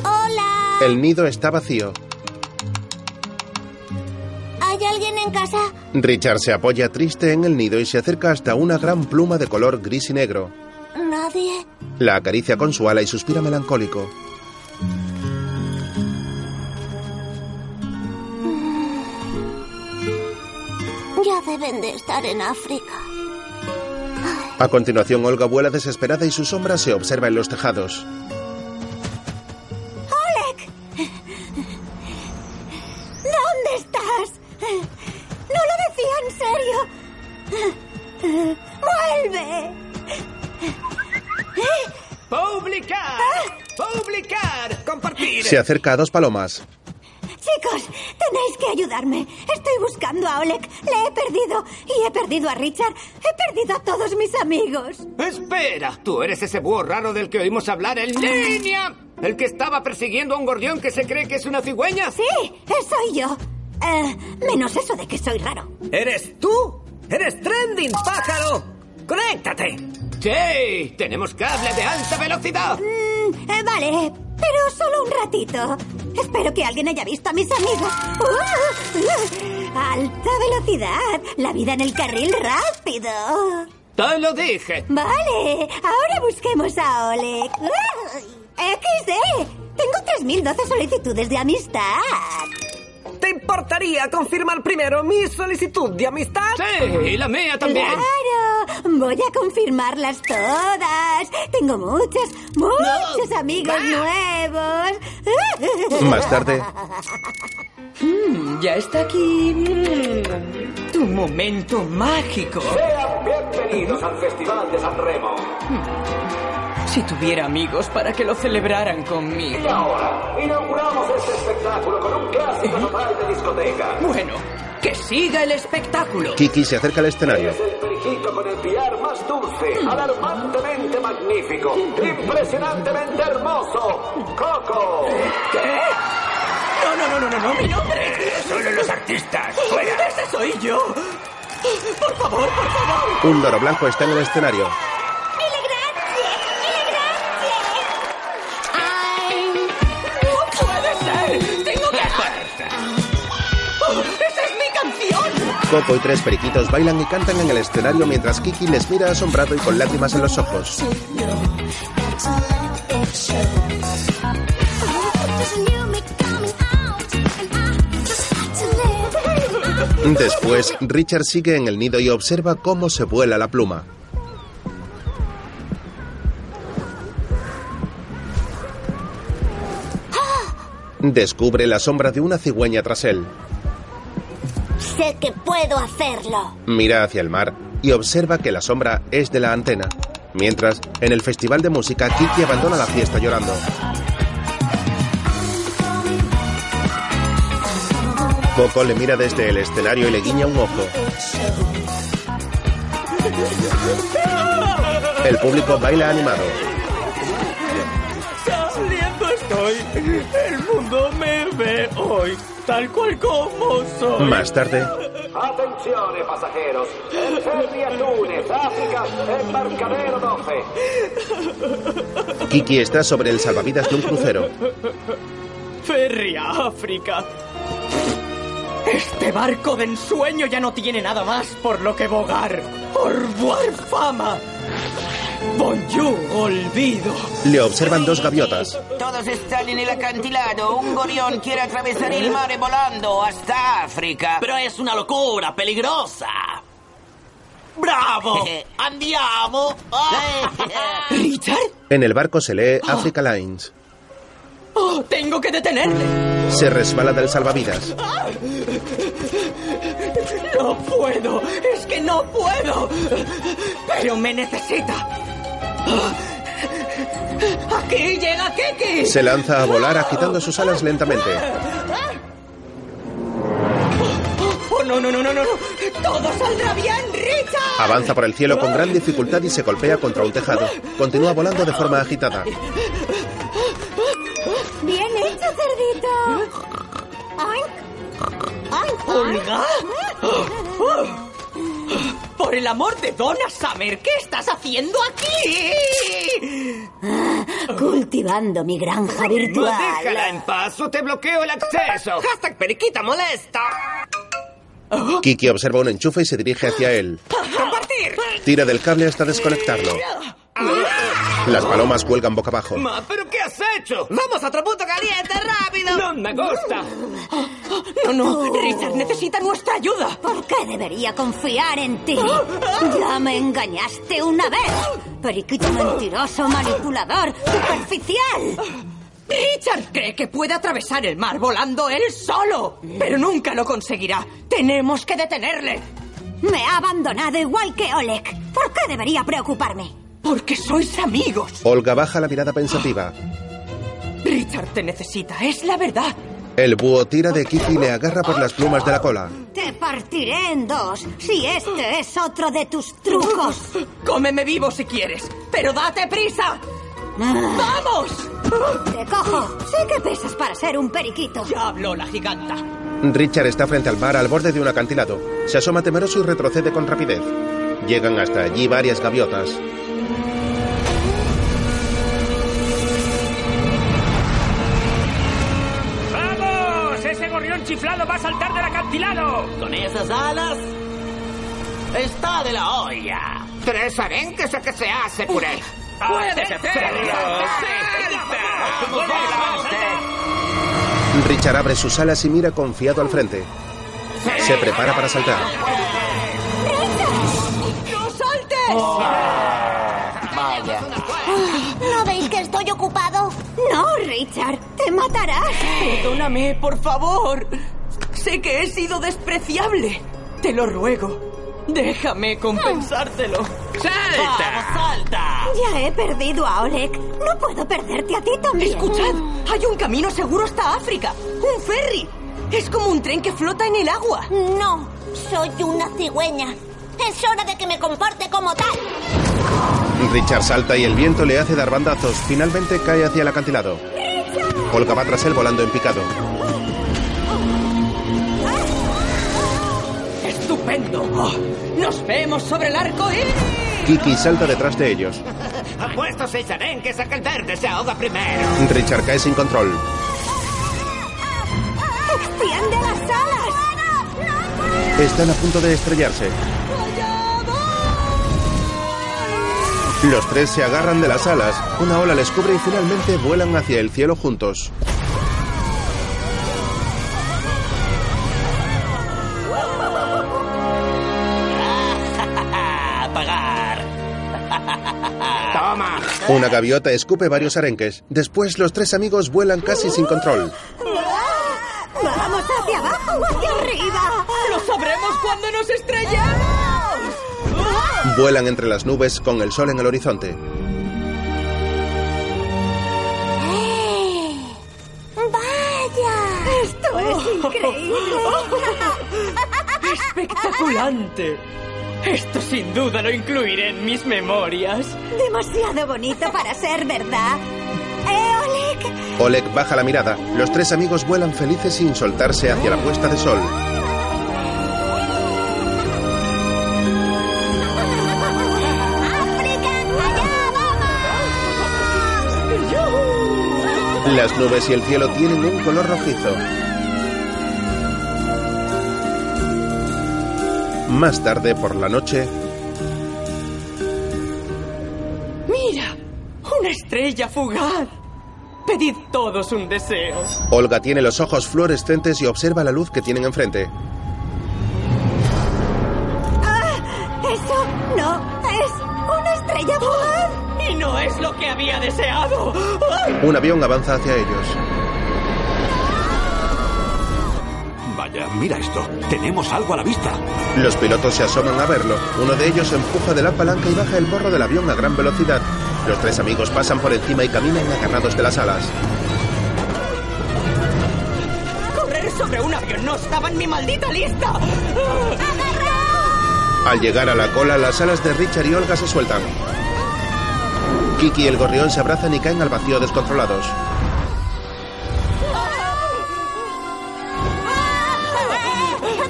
Speaker 9: hola.
Speaker 1: El nido está vacío.
Speaker 9: ¿Hay alguien en casa?
Speaker 1: Richard se apoya triste en el nido y se acerca hasta una gran pluma de color gris y negro.
Speaker 9: Nadie.
Speaker 1: La acaricia con su ala y suspira melancólico.
Speaker 9: Ya deben de estar en África.
Speaker 1: A continuación, Olga vuela desesperada y su sombra se observa en los tejados.
Speaker 5: ¡Oleg! ¿Dónde estás? No lo decía en serio. ¡Vuelve!
Speaker 3: ¡Publicar! ¡Publicar! ¡Compartir!
Speaker 1: Se acerca a dos palomas.
Speaker 5: Chicos, tenéis que ayudarme. Estoy buscando a Oleg. Le he perdido. Y he perdido a Richard. He perdido a todos mis amigos.
Speaker 3: ¡Espera! Tú eres ese búho raro del que oímos hablar en línea. El que estaba persiguiendo a un gorrión que se cree que es una cigüeña.
Speaker 5: Sí, soy yo. Eh, menos eso de que soy raro.
Speaker 3: ¿Eres tú? ¡Eres trending, pájaro! ¡Conéctate! ¡Sí! ¡Tenemos cable de alta velocidad!
Speaker 5: Mm, eh, vale, pero solo un ratito. Espero que alguien haya visto a mis amigos. ¡Uh! ¡Uh! Alta velocidad. La vida en el carril rápido.
Speaker 3: ¡Te lo dije!
Speaker 5: Vale, ahora busquemos a Oleg. ¡Ay! ¡XD! Tengo 3.012 solicitudes de amistad.
Speaker 20: ¿Te importaría confirmar primero mi solicitud de amistad?
Speaker 3: ¡Sí! ¡Y la mía también!
Speaker 5: ¡Claro! Voy a confirmarlas todas. Tengo muchos, muchos amigos nuevos.
Speaker 1: Más tarde,
Speaker 7: Mm, ya está aquí. Mm, tu momento mágico. ¿Eh?
Speaker 14: Sean bienvenidos al Festival de San Remo.
Speaker 7: Mm, Si tuviera amigos para que lo celebraran
Speaker 14: Y
Speaker 7: conmigo.
Speaker 14: ahora, inauguramos este espectáculo con un clásico total de discoteca.
Speaker 7: ¿Eh? Bueno, que siga el espectáculo.
Speaker 1: Kiki se acerca al escenario.
Speaker 14: Es el periquito con el piar más dulce, alarmantemente magnífico, impresionantemente hermoso, Coco.
Speaker 7: ¿Qué? No, no, no, no, no, no, mi nombre.
Speaker 13: Solo los artistas.
Speaker 7: ¡Fuera! ¡Ese soy yo! ¡Por favor, por favor!
Speaker 1: Un loro blanco está en el escenario.
Speaker 7: ¡No puede ser! ¡Tengo que ¡Oh, ¡Esa es mi canción!
Speaker 1: Coco y tres periquitos bailan y cantan en el escenario mientras Kiki les mira asombrado y con lágrimas en los ojos. Después, Richard sigue en el nido y observa cómo se vuela la pluma. Descubre la sombra de una cigüeña tras él.
Speaker 9: Sé que puedo hacerlo.
Speaker 1: Mira hacia el mar y observa que la sombra es de la antena. Mientras, en el festival de música, Kiki abandona la fiesta llorando. Coco le mira desde el escenario y le guiña un ojo. El público baila animado.
Speaker 21: Saliendo estoy. El mundo me ve hoy, tal cual como soy.
Speaker 1: Más tarde,
Speaker 14: Attenzione pasajeros, el ferry a Túnez, África, embarcadero 12.
Speaker 1: Kiki está sobre el salvavidas de un crucero.
Speaker 21: Ferry a África.
Speaker 7: Este barco de ensueño ya no tiene nada más por lo que bogar. ¡Orbuar fama!
Speaker 22: Bonjour, olvido.
Speaker 1: Le observan dos gaviotas.
Speaker 23: Todos están en el acantilado. Un gorión quiere atravesar el mar volando hasta África.
Speaker 7: Pero es una locura peligrosa.
Speaker 3: Oh,
Speaker 7: ¡Bravo! ¡Andiamo!
Speaker 1: ¿Richard? En el barco se lee Africa Lines.
Speaker 7: Oh, ¡Tengo que detenerle!
Speaker 1: Se resbala del salvavidas.
Speaker 7: ¡No puedo! ¡Es que no puedo! ¡Pero me necesita! ¡Aquí llega Kiki!
Speaker 1: Se lanza a volar agitando sus alas lentamente.
Speaker 7: ¡Oh, no, no, no, no, no! no. ¡Todo saldrá bien, Richard!
Speaker 1: Avanza por el cielo con gran dificultad y se golpea contra un tejado. Continúa volando de forma agitada.
Speaker 5: Bien hecho, cerdito. Oink. Oink, oink.
Speaker 7: ¿Olga? ¡Por el amor de Donna Summer! ¿Qué estás haciendo aquí?
Speaker 5: Cultivando mi granja virtual.
Speaker 3: No déjala en paz o te bloqueo el acceso. Hashtag periquita molesta.
Speaker 1: Kiki observa un enchufe y se dirige hacia él.
Speaker 3: Compartir.
Speaker 1: Tira del cable hasta desconectarlo. Las palomas cuelgan boca abajo.
Speaker 3: Ma, ¿pero qué has hecho?
Speaker 23: ¡Vamos a otro punto caliente, rápido!
Speaker 3: No me gusta.
Speaker 7: No, no, Richard necesita nuestra ayuda.
Speaker 5: ¿Por qué debería confiar en ti? Ya me engañaste una vez. Periquito mentiroso, manipulador, superficial.
Speaker 7: Richard cree que puede atravesar el mar volando él solo, pero nunca lo conseguirá. Tenemos que detenerle.
Speaker 5: Me ha abandonado igual que Oleg. ¿Por qué debería preocuparme?
Speaker 7: Porque sois amigos.
Speaker 1: Olga baja la mirada pensativa.
Speaker 7: Richard te necesita, es la verdad.
Speaker 1: El búho tira de Kiki y le agarra por las plumas de la cola.
Speaker 5: Te partiré en dos si este es otro de tus trucos.
Speaker 7: Cómeme vivo si quieres, pero date prisa. ¡Vamos!
Speaker 5: Te cojo. Sé que pesas para ser un periquito.
Speaker 7: Ya habló la giganta.
Speaker 1: Richard está frente al bar al borde de un acantilado. Se asoma temeroso y retrocede con rapidez. Llegan hasta allí varias gaviotas.
Speaker 22: ¡Vamos! ¡Ese gorrión chiflado va a saltar del acantilado!
Speaker 7: Con esas alas está de la olla.
Speaker 3: Tres arenques a que se hace, Ah, puré.
Speaker 7: ¡Puedes hacerlo!
Speaker 1: Richard abre sus alas y mira confiado al frente. Se prepara para saltar.
Speaker 7: ¡No saltes!
Speaker 23: Vaya.
Speaker 5: ¿No veis que estoy ocupado? No, Richard, te matarás.
Speaker 7: Perdóname, por favor. Sé que he sido despreciable. Te lo ruego. Déjame compensártelo.
Speaker 23: ¡Salta!
Speaker 7: ¡Vamos, salta!
Speaker 5: Ya he perdido a Oleg. No puedo perderte a ti también.
Speaker 7: Escuchad, hay un camino seguro hasta África. Un ferry. Es como un tren que flota en el agua.
Speaker 9: No, soy una cigüeña. Es hora de que me comporte como tal.
Speaker 1: Richard salta y el viento le hace dar bandazos. Finalmente cae hacia el acantilado. Olga va tras él volando en picado.
Speaker 7: ¡Estupendo! Oh, ¡Nos vemos sobre el arco ¿eh? iris!
Speaker 1: Kiki salta detrás de ellos.
Speaker 3: Apuesto seis arenques a que el verde se ahoga primero.
Speaker 1: Richard cae sin control.
Speaker 5: ¡Extiende las alas!
Speaker 1: Están a punto de estrellarse. Los tres se agarran de las alas, una ola les cubre y finalmente vuelan hacia el cielo juntos.
Speaker 7: Ah.
Speaker 3: Toma.
Speaker 1: Una gaviota escupe varios arenques. Después los tres amigos vuelan casi sin control.
Speaker 5: ¡Vamos hacia abajo o hacia arriba!
Speaker 7: ¡Lo sabremos cuando nos estrellemos!
Speaker 1: Vuelan entre las nubes con el sol en el horizonte.
Speaker 9: ¡Eh! ¡Vaya!
Speaker 5: ¡Esto es increíble!
Speaker 7: ¡Espectaculante! Esto sin duda lo incluiré en mis memorias.
Speaker 5: Demasiado bonito para ser verdad. ¡Eh, Oleg!
Speaker 1: Oleg baja la mirada. Los tres amigos vuelan felices sin soltarse hacia la puesta de sol.
Speaker 9: ¡África, allá vamos!
Speaker 1: Las nubes y el cielo tienen un color rojizo. Más tarde por la noche.
Speaker 7: estrella. Una estrella fugaz. Pedid todos un deseo.
Speaker 1: Olga tiene los ojos fluorescentes y observa la luz que tienen enfrente.
Speaker 9: ¡Ah! ¡Eso no es una estrella fugaz!
Speaker 7: Y no es lo que había deseado.
Speaker 1: Un avión avanza hacia ellos.
Speaker 13: Vaya, mira esto. Tenemos algo a la vista.
Speaker 1: Los pilotos se asoman a verlo. Uno de ellos empuja de la palanca y baja el borro del avión a gran velocidad. Los tres amigos pasan por encima y caminan agarrados de las alas.
Speaker 7: Correr sobre un avión no estaba en mi maldita lista.
Speaker 1: Al llegar a la cola, las alas de Richard y Olga se sueltan. Kiki y el gorrión se abrazan y caen al vacío descontrolados.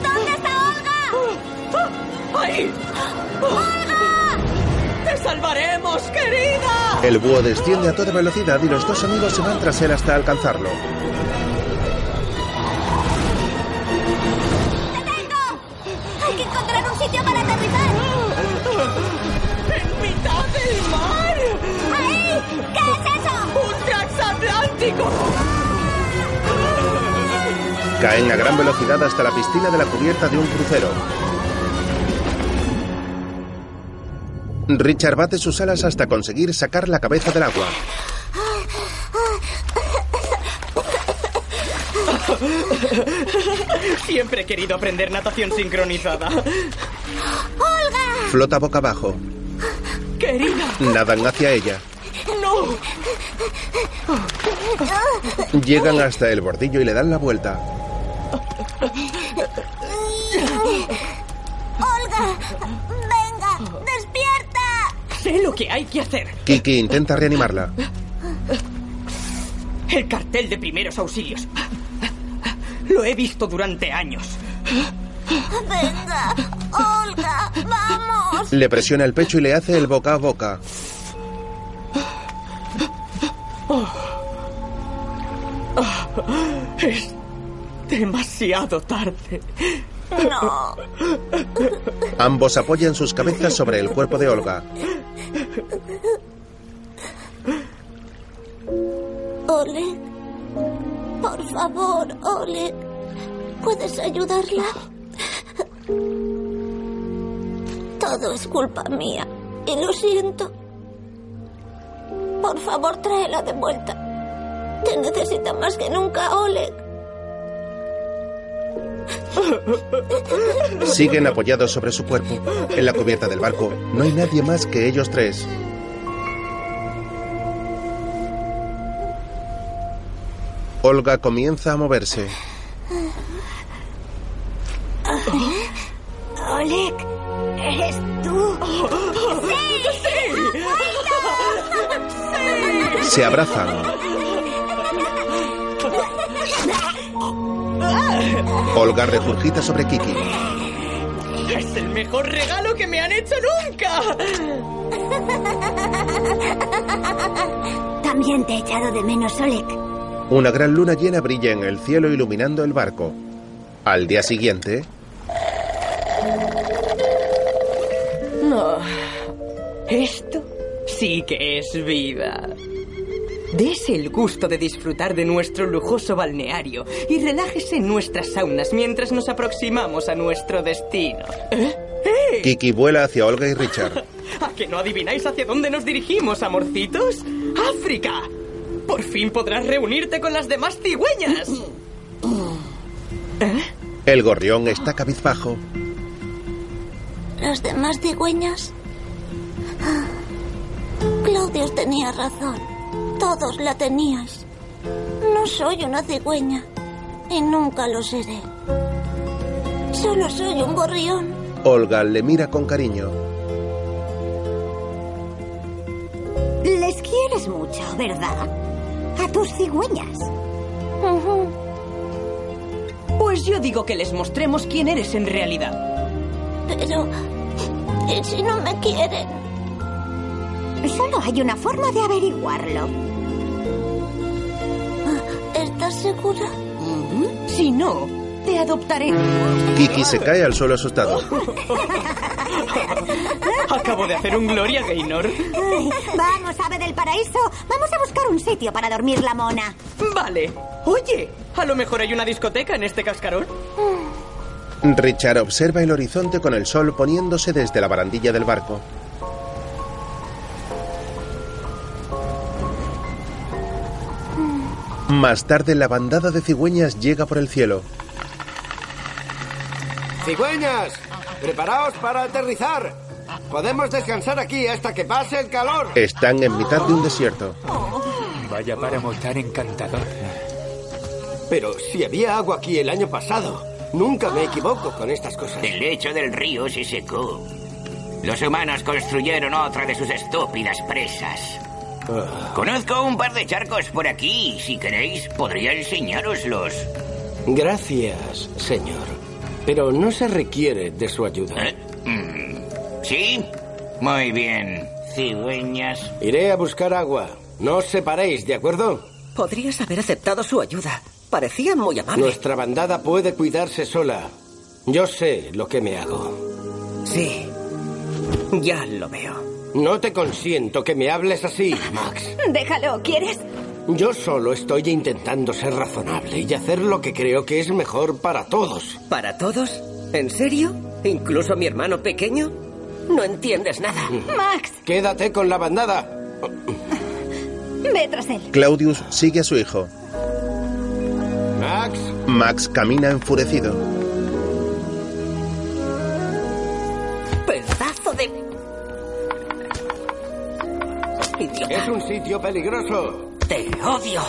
Speaker 9: ¿Dónde está
Speaker 7: ¡Ahí! ¡Te salvaremos, querida!
Speaker 1: El búho desciende a toda velocidad y los dos amigos se van tras él hasta alcanzarlo.
Speaker 9: Hay que encontrar un sitio para aterrizar.
Speaker 7: ¡En mitad del mar!
Speaker 9: ¡Ahí! ¿Qué es eso?
Speaker 7: ¡Un transatlántico!
Speaker 1: Caen a gran velocidad hasta la piscina de la cubierta de un crucero. Richard bate sus alas hasta conseguir sacar la cabeza del agua.
Speaker 7: Siempre he querido aprender natación sincronizada.
Speaker 9: ¡Olga!
Speaker 1: Flota boca abajo.
Speaker 7: ¡Querida!
Speaker 1: Nadan hacia ella.
Speaker 7: ¡No!
Speaker 1: Llegan hasta el bordillo y le dan la vuelta.
Speaker 9: ¡Olga! ¡Venga! ¡Despierta!
Speaker 7: Sé lo que hay que hacer.
Speaker 1: Kiki intenta reanimarla.
Speaker 7: El cartel de primeros auxilios. Lo he visto durante años.
Speaker 9: ¡Venga! ¡Olga! ¡Vamos!
Speaker 1: Le presiona el pecho y le hace el boca a boca.
Speaker 7: Es demasiado tarde.
Speaker 9: No.
Speaker 1: Ambos apoyan sus cabezas sobre el cuerpo de Olga.
Speaker 9: Oleg. Por favor, Oleg. ¿Puedes ayudarla? Todo es culpa mía. Y lo siento. Por favor, tráela de vuelta. Te necesita más que nunca, Oleg.
Speaker 1: Siguen apoyados sobre su cuerpo. En la cubierta del barco no hay nadie más que ellos tres. Olga comienza a moverse.
Speaker 9: Oleg, ¿eres tú?
Speaker 1: Se abrazan. Olga regurgita sobre Kiki.
Speaker 7: Es el mejor regalo que me han hecho nunca.
Speaker 9: También te he echado de menos, Oleg.
Speaker 1: Una gran luna llena brilla en el cielo iluminando el barco. Al día siguiente,
Speaker 7: No. Esto sí que es vida. Dese el gusto de disfrutar de nuestro lujoso balneario y relájese en nuestras saunas mientras nos aproximamos a nuestro destino. ¡Eh!
Speaker 1: Kiki vuela hacia Olga y Richard.
Speaker 7: ¿A que no adivináis hacia dónde nos dirigimos, amorcitos? ¡África! Por fin podrás reunirte con las demás cigüeñas.
Speaker 1: El gorrión está cabizbajo.
Speaker 9: Los demás cigüeñas. Ah, Claudius tenía razón. Todos la teníais. No soy una cigüeña. Y nunca lo seré. Solo soy un gorrión.
Speaker 1: Olga le mira con cariño.
Speaker 9: Les quieres mucho, ¿verdad? A tus cigüeñas.
Speaker 7: Pues yo digo que les mostremos quién eres en realidad.
Speaker 9: Pero... ¿Y si no me quieren? Solo hay una forma de averiguarlo. ¿Estás segura?
Speaker 7: Si no,
Speaker 24: Te adoptaré.
Speaker 1: Kiki se cae al suelo asustado.
Speaker 25: ¿eh?
Speaker 7: Acabo de hacer un Gloria Gaynor.
Speaker 5: Ay, vamos, ave del paraíso. Vamos a buscar un sitio para dormir la mona.
Speaker 7: Vale. Oye, a lo mejor hay una discoteca en este cascarón.
Speaker 1: Richard observa el horizonte con el sol poniéndose desde la barandilla del barco. Más tarde la bandada de cigüeñas llega por el cielo.
Speaker 11: ¡Cigüeñas! ¡Preparaos para aterrizar! Podemos descansar aquí hasta que pase el calor.
Speaker 1: Están en mitad de un desierto.
Speaker 26: Vaya páramo tan encantador.
Speaker 11: Pero si había agua aquí el año pasado. Nunca me equivoco con estas cosas.
Speaker 13: El lecho del río se secó. Los humanos construyeron otra de sus estúpidas presas.
Speaker 11: Ah,
Speaker 13: Conozco un par de charcos por aquí. Si queréis, podría enseñároslos.
Speaker 11: Gracias, señor. Pero no se requiere de su ayuda.
Speaker 13: ¿Eh? Mm. ¿Sí? Muy bien. Cigüeñas.
Speaker 11: Iré a buscar agua. No os separéis, ¿de acuerdo?
Speaker 25: Podrías haber aceptado su ayuda. Parecía muy amable.
Speaker 11: Nuestra bandada puede cuidarse sola. Yo sé lo que me hago.
Speaker 25: Sí. Ya lo veo.
Speaker 11: No te consiento que me hables así, Max.
Speaker 24: Déjalo, ¿quieres?
Speaker 11: Yo solo estoy intentando ser razonable y hacer lo que creo que es mejor para todos.
Speaker 25: ¿Para todos? ¿En serio? ¿Incluso mi hermano pequeño? No entiendes nada.
Speaker 13: Mm.
Speaker 24: Max,
Speaker 11: Quédate con la bandada.
Speaker 24: ve tras él.
Speaker 1: Claudius sigue a su hijo.
Speaker 11: Max.
Speaker 1: Max camina enfurecido.
Speaker 25: Pedazo de... Idiota.
Speaker 11: Es un sitio peligroso.
Speaker 25: Te odio.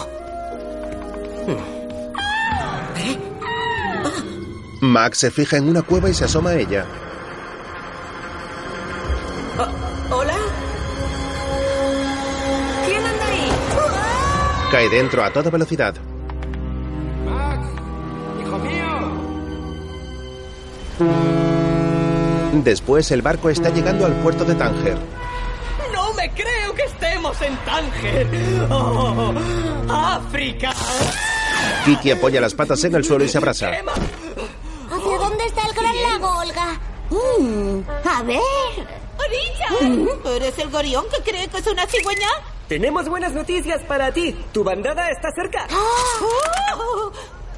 Speaker 1: Max se fija en una cueva y se asoma a ella.
Speaker 25: Oh,
Speaker 27: ¿Hola? ¿Quién anda ahí?
Speaker 1: Cae dentro a toda velocidad.
Speaker 11: ¡Hijo mío!
Speaker 1: Después el barco está llegando al puerto de Tánger.
Speaker 7: No me creo que estemos en Tánger. ¡Oh! ¡África!
Speaker 1: Kiki apoya las patas en el suelo y se abraza.
Speaker 9: ¿Hacia dónde está el gran lago, Olga?
Speaker 5: a ver.
Speaker 28: ¡Richard! ¿Eres el gorión que cree que es una cigüeña?
Speaker 29: Tenemos buenas noticias para ti. Tu bandada está cerca.
Speaker 9: Ah.
Speaker 28: ¡Oh!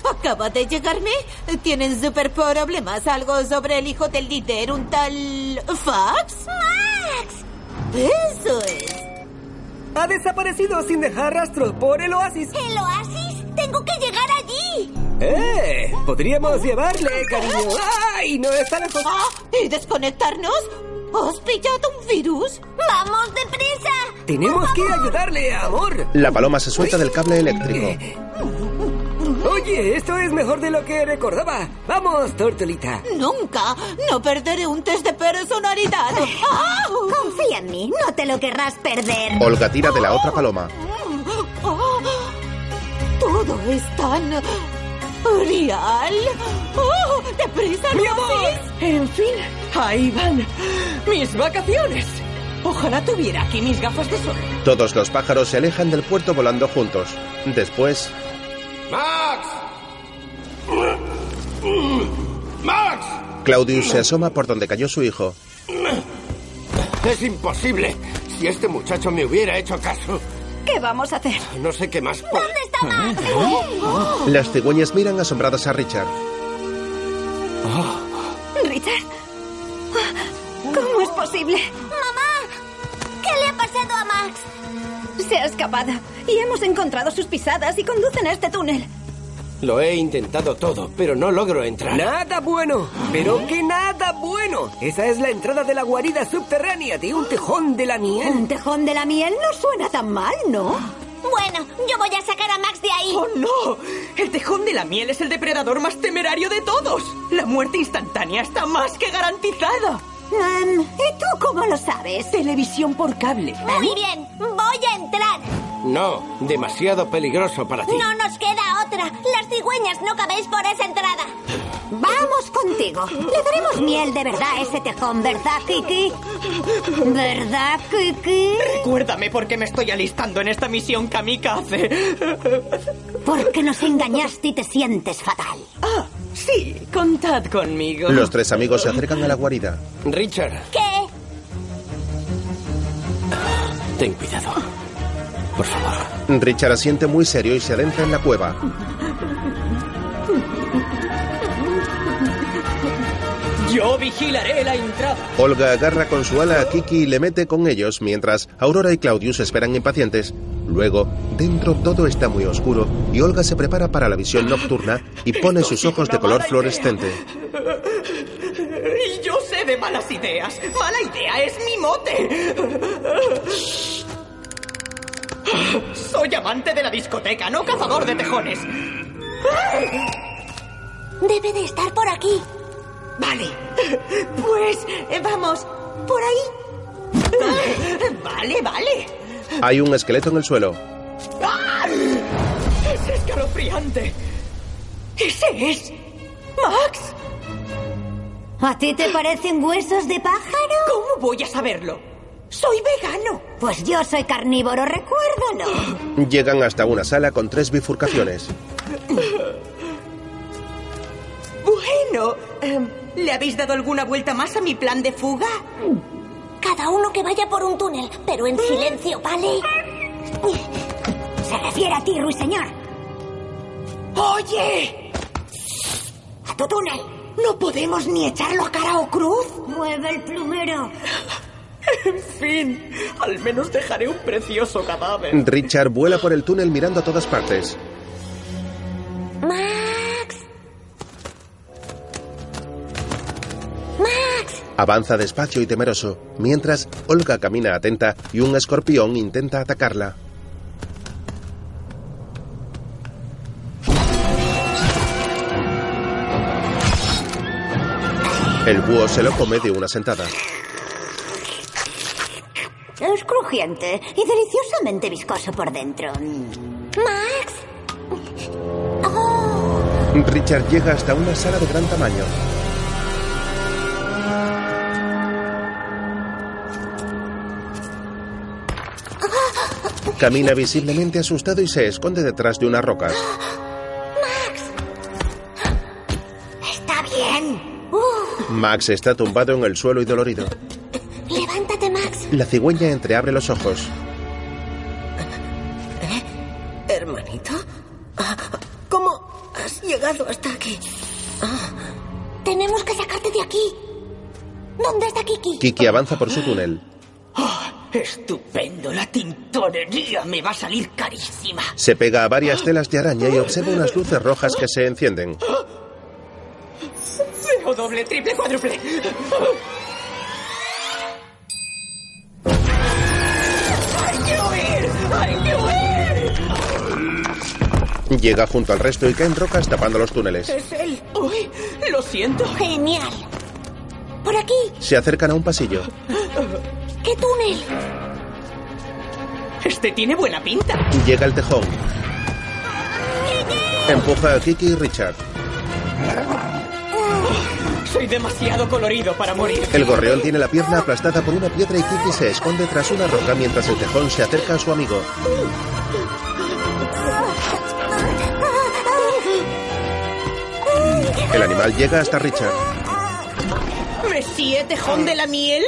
Speaker 28: Acaba de llegarme. Tienen super problemas. Algo sobre el hijo del líder, un tal. Fax. ¡Max! Eso es.
Speaker 29: Ha desaparecido sin dejar rastro por el oasis.
Speaker 9: ¿El oasis? Tengo que llegar allí.
Speaker 29: ¡Eh! Podríamos llevarle, cariño. ¡Ay! No está lejos.
Speaker 28: Ah, ¿Y desconectarnos? ¿Has pillado un virus?
Speaker 9: ¡Vamos deprisa!
Speaker 29: Tenemos que ayudarle, amor.
Speaker 1: La paloma se suelta del cable eléctrico.
Speaker 29: Oye, esto es mejor de lo que recordaba. Vamos, tortolita.
Speaker 28: Nunca. No perderé un test de personalidad. ¡Ah!
Speaker 5: Confía en mí, no te lo querrás perder.
Speaker 1: Olga tira de la otra paloma.
Speaker 28: ¡Ah! Todo es tan. real. ¡Oh! ¡Deprisa,
Speaker 7: ¡Mi
Speaker 28: no
Speaker 7: amor! En fin, ahí van mis vacaciones. Ojalá tuviera aquí mis gafas de sol.
Speaker 1: Todos los pájaros se alejan del puerto volando juntos. Después,
Speaker 11: ¡Max! ¡Max!
Speaker 1: Claudius se asoma por donde cayó su hijo.
Speaker 11: Es imposible. Si este muchacho me hubiera hecho caso,
Speaker 24: ¿Qué vamos a hacer?
Speaker 11: no sé qué más. po-
Speaker 1: Las cigüeñas miran asombradas a Richard.
Speaker 24: Richard. ¿Cómo es posible?
Speaker 9: ¡Mamá! ¿Qué le ha pasado a Max?
Speaker 24: Se ha escapado y hemos encontrado sus pisadas y conducen a este túnel.
Speaker 11: Lo he intentado todo, pero no logro entrar.
Speaker 29: Nada bueno, pero que nada bueno. Esa es la entrada de la guarida subterránea de un tejón de la miel.
Speaker 5: Un tejón de la miel no suena tan mal, ¿no?
Speaker 9: Bueno, yo voy a sacar a Max de ahí.
Speaker 7: ¡Oh, no! El tejón de la miel es el depredador más temerario de todos. La muerte instantánea está más que garantizada.
Speaker 5: Am, Em, ¿Y tú cómo lo sabes?
Speaker 7: Televisión por cable.
Speaker 9: Muy bien, voy a entrar.
Speaker 11: No, demasiado peligroso para ti.
Speaker 9: No nos queda otra. Las cigüeñas no cabéis por esa entrada.
Speaker 5: Vamos contigo. Le daremos miel de verdad a ese tejón, ¿verdad, Kiki? ¿Verdad, Kiki?
Speaker 7: Recuérdame por qué me estoy alistando en esta misión kamikaze.
Speaker 5: Porque nos engañaste y te sientes fatal.
Speaker 7: Ah, Sí, contad conmigo.
Speaker 1: Los tres amigos se acercan a la guarida.
Speaker 11: Richard.
Speaker 9: ¿Qué?
Speaker 11: Ten cuidado. Por favor.
Speaker 1: Richard asiente muy serio y se adentra en la cueva.
Speaker 7: Yo vigilaré la entrada.
Speaker 1: Olga agarra con su ala a Kiki y le mete con ellos, mientras Aurora y Claudius esperan impacientes. Luego, dentro todo está muy oscuro y Olga se prepara para la visión nocturna y pone sus ojos de color fluorescente.
Speaker 7: Y yo sé de malas ideas. Mala idea es mi mote. Soy amante de la discoteca, no cazador de tejones.
Speaker 9: Debe de estar por aquí.
Speaker 7: Vale.
Speaker 30: Pues eh, vamos, por ahí.
Speaker 7: Vale, vale.
Speaker 1: Hay un esqueleto en el suelo.
Speaker 7: ¡Ah! Es escalofriante. Ese es. Max,
Speaker 28: ¿A ti te parecen huesos de pájaro?
Speaker 7: ¿Cómo voy a saberlo? Soy vegano.
Speaker 28: Pues yo soy carnívoro, recuérdalo.
Speaker 1: Llegan hasta una sala con tres bifurcaciones.
Speaker 7: Bueno, em, ¿le habéis dado alguna vuelta más a mi plan de fuga?
Speaker 9: Cada uno que vaya por un túnel, pero en silencio, ¿vale?
Speaker 28: Se refiere a ti, ruiseñor.
Speaker 7: ¡Oye!
Speaker 28: ¡A tu túnel!
Speaker 7: No podemos ni echarlo a cara o cruz.
Speaker 28: ¡Mueve el plumero!
Speaker 7: En fin, al menos dejaré un precioso cadáver.
Speaker 1: Richard vuela por el túnel mirando a todas partes.
Speaker 9: Max. Max.
Speaker 1: Avanza despacio y temeroso, mientras Olga camina atenta y un escorpión intenta atacarla. El búho se lo come de una sentada.
Speaker 28: Es crujiente y deliciosamente viscoso por dentro. Mm.
Speaker 9: Max.
Speaker 1: Richard llega hasta una sala de gran tamaño. Camina visiblemente asustado y se esconde detrás de unas rocas.
Speaker 28: ¡Está bien!
Speaker 9: ¡Uh!
Speaker 1: Max está tumbado en el suelo y dolorido.
Speaker 9: Levántate, Max.
Speaker 1: La cigüeña entreabre los ojos.
Speaker 31: ¿Hermanito? Ah, ¿Cómo has llegado hasta aquí?
Speaker 9: Tenemos que sacarte de aquí. ¿Dónde está Kiki?
Speaker 1: Kiki avanza por su túnel.
Speaker 32: Estupendo, la tintorería me va a salir carísima.
Speaker 1: Se pega a varias telas de araña y observa unas luces rojas que se encienden.
Speaker 7: Veo doble, triple, cuádruple. ¡Hay que huir! ¡Hay que huir!
Speaker 1: Llega junto al resto y caen rocas tapando los túneles.
Speaker 7: Es él. Uy, lo siento.
Speaker 9: Genial. Por aquí.
Speaker 1: Se acercan a un pasillo.
Speaker 9: ¿Qué túnel?
Speaker 7: Este tiene buena pinta.
Speaker 1: Llega el tejón. Empuja a Kiki y Richard.
Speaker 7: Soy demasiado colorido para morir.
Speaker 1: El gorrión tiene la pierna aplastada por una piedra y Kiki se esconde tras una roca mientras el tejón se acerca a su amigo. El animal llega hasta Richard.
Speaker 7: ¿Messie tejón de la miel?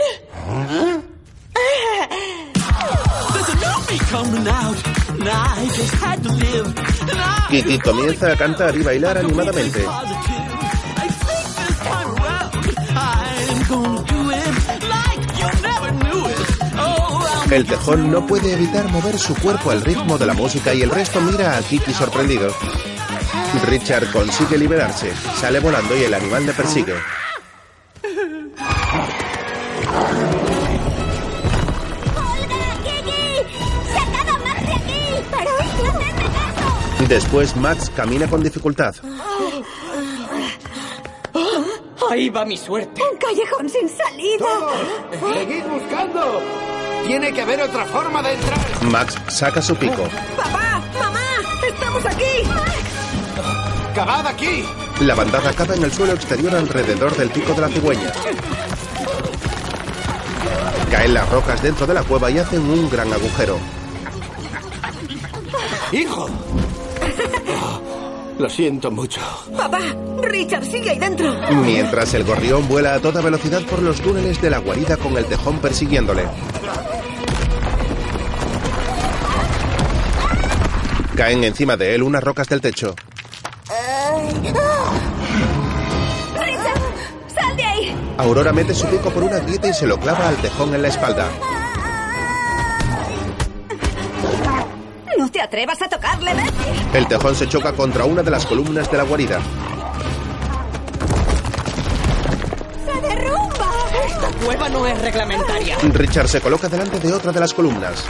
Speaker 1: Kiki comienza a cantar y bailar animadamente. El tejón no puede evitar mover su cuerpo al ritmo de la música y el resto mira a Kiki sorprendido. Richard consigue liberarse, sale volando y el animal le persigue.
Speaker 9: ¡Olga, Kiki! ¡Sacad a Max de aquí! ¡Pero hacedme caso!
Speaker 1: Después Max camina con dificultad.
Speaker 7: Ahí va mi suerte.
Speaker 28: ¡Un callejón sin salida!
Speaker 11: ¡Seguid buscando! Tiene que haber otra forma de entrar.
Speaker 1: Max saca su pico.
Speaker 5: ¡Papá! ¡Mamá! ¡Estamos aquí!
Speaker 11: ¡Cavad aquí!
Speaker 1: La bandada cae en el suelo exterior alrededor del pico de la cigüeña. Caen las rocas dentro de la cueva y hacen un gran agujero.
Speaker 11: ¡Hijo! Lo siento mucho.
Speaker 15: ¡Papá! ¡Richard sigue ahí dentro!
Speaker 1: Mientras el gorrión vuela a toda velocidad por los túneles de la guarida con el tejón persiguiéndole. Caen encima de él unas rocas del techo.
Speaker 15: ¡Richard! ¡Sal de ahí!
Speaker 1: Aurora mete su pico por una grieta y se lo clava al tejón en la espalda.
Speaker 10: No te atrevas a tocarle, Betty.
Speaker 1: El tejón se choca contra una de las columnas de la guarida.
Speaker 15: ¡Se derrumba!
Speaker 33: Esta cueva no es reglamentaria.
Speaker 1: Richard se coloca delante de otra de las columnas.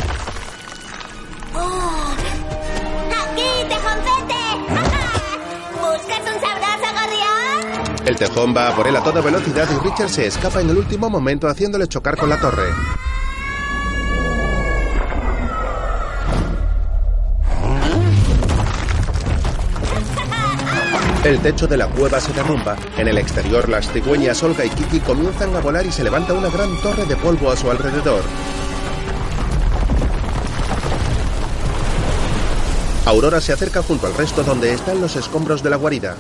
Speaker 9: ¡Oh! ¡Aquí, tejoncete! ¿Buscas un sabroso gorrión?
Speaker 1: El tejón va a por él a toda velocidad y Richard se escapa en el último momento haciéndole chocar con la torre. El techo de la cueva se derrumba. En el exterior, las cigüeñas Olga y Kiki comienzan a volar y se levanta una gran torre de polvo a su alrededor. Aurora se acerca junto al resto donde están los escombros de la guarida.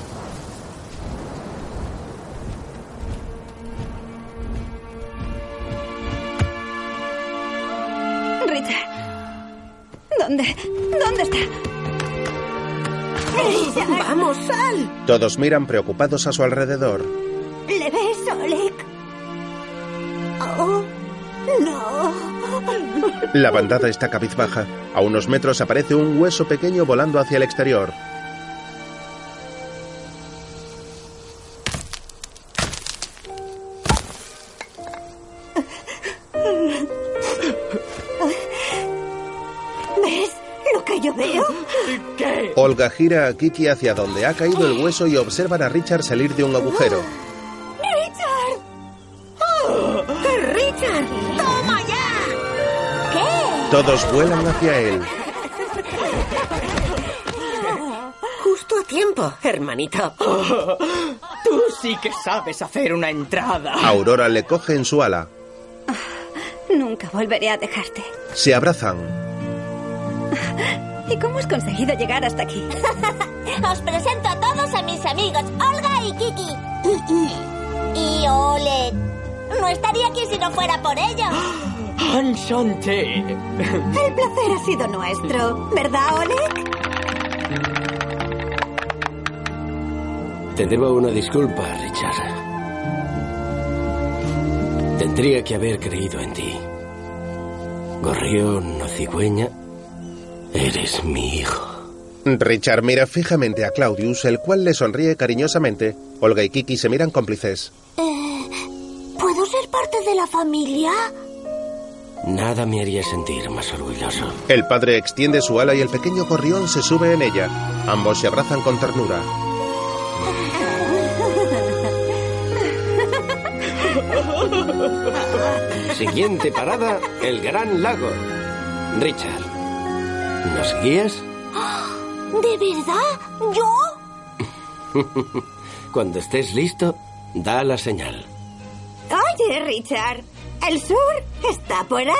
Speaker 10: Richard. ¿Dónde? ¿Dónde está?
Speaker 15: ¡Vamos, sal!
Speaker 1: Todos miran preocupados a su alrededor.
Speaker 5: Le beso, Lick. Oh, no.
Speaker 1: La bandada está cabizbaja. A unos metros aparece un hueso pequeño volando hacia el exterior.
Speaker 5: ¿Ves lo que yo veo?
Speaker 1: Olga gira a Kiki hacia donde ha caído el hueso y observan a Richard salir de un agujero.
Speaker 15: ¡Richard! ¡Oh! ¡Richard! ¡Toma ya!
Speaker 1: Todos vuelan hacia él.
Speaker 34: Justo a tiempo, hermanito.
Speaker 33: Tú sí que sabes hacer una entrada.
Speaker 1: Aurora le coge en su ala.
Speaker 10: Nunca volveré a dejarte.
Speaker 1: Se abrazan.
Speaker 10: ¿Y cómo has conseguido llegar hasta aquí?
Speaker 9: Os presento a todos a mis amigos Olga y Kiki. Y Oleg. No estaría aquí si no fuera por ellos.
Speaker 33: Enchanté.
Speaker 5: El placer ha sido nuestro, ¿verdad, Oleg?
Speaker 11: Te debo una disculpa, Richard. Tendría que haber creído en ti. Gorrión o cigüeña, eres mi hijo.
Speaker 1: Richard mira fijamente a Claudius, el cual le sonríe cariñosamente. Olga y Kiki se miran cómplices.
Speaker 9: ¿Puedo ser parte de la familia?
Speaker 11: Nada me haría sentir más orgulloso.
Speaker 1: El padre extiende su ala y el pequeño gorrión se sube en ella. Ambos se abrazan con ternura.
Speaker 11: Siguiente parada, el Gran Lago. Richard, ¿nos guías?
Speaker 9: ¿De verdad? ¿Yo?
Speaker 11: Cuando estés listo, da la señal.
Speaker 5: Oye, Richard, el sur está por ahí.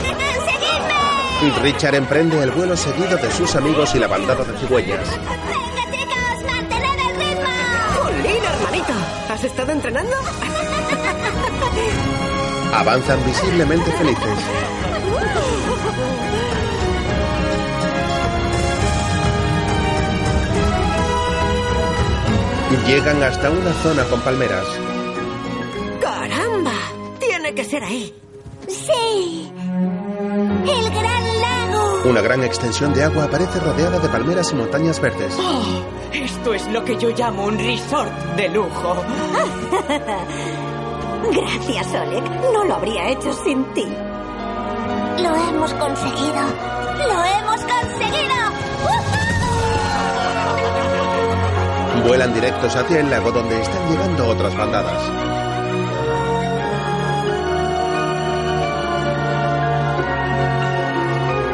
Speaker 9: ¡Seguidme!
Speaker 1: Richard emprende el vuelo seguido de sus amigos y la bandada de cigüeñas.
Speaker 9: ¡Venga, chicos! ¡Mantened el ritmo!
Speaker 20: ¡Jolina, hermanito! ¿Has estado entrenando?
Speaker 1: Avanzan visiblemente felices. Llegan hasta una zona con palmeras.
Speaker 20: ¡Caramba! Tiene que ser ahí.
Speaker 9: ¡Sí! ¡El gran lago!
Speaker 1: Una gran extensión de agua aparece rodeada de palmeras y montañas verdes.
Speaker 33: Oh, esto es lo que yo llamo un resort de lujo.
Speaker 5: Gracias, Oleg. No lo habría hecho sin ti.
Speaker 9: Lo hemos conseguido. ¡Lo hemos conseguido!
Speaker 1: Vuelan directos hacia el lago donde están llegando otras bandadas.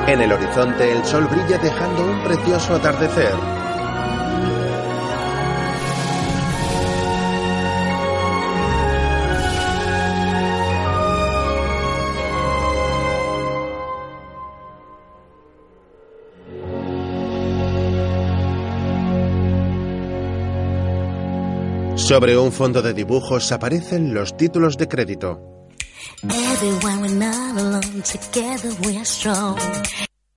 Speaker 1: En el horizonte el sol brilla dejando un precioso atardecer. Sobre un fondo de dibujos aparecen los títulos de crédito.
Speaker 9: Everyone we're not alone, together we are strong.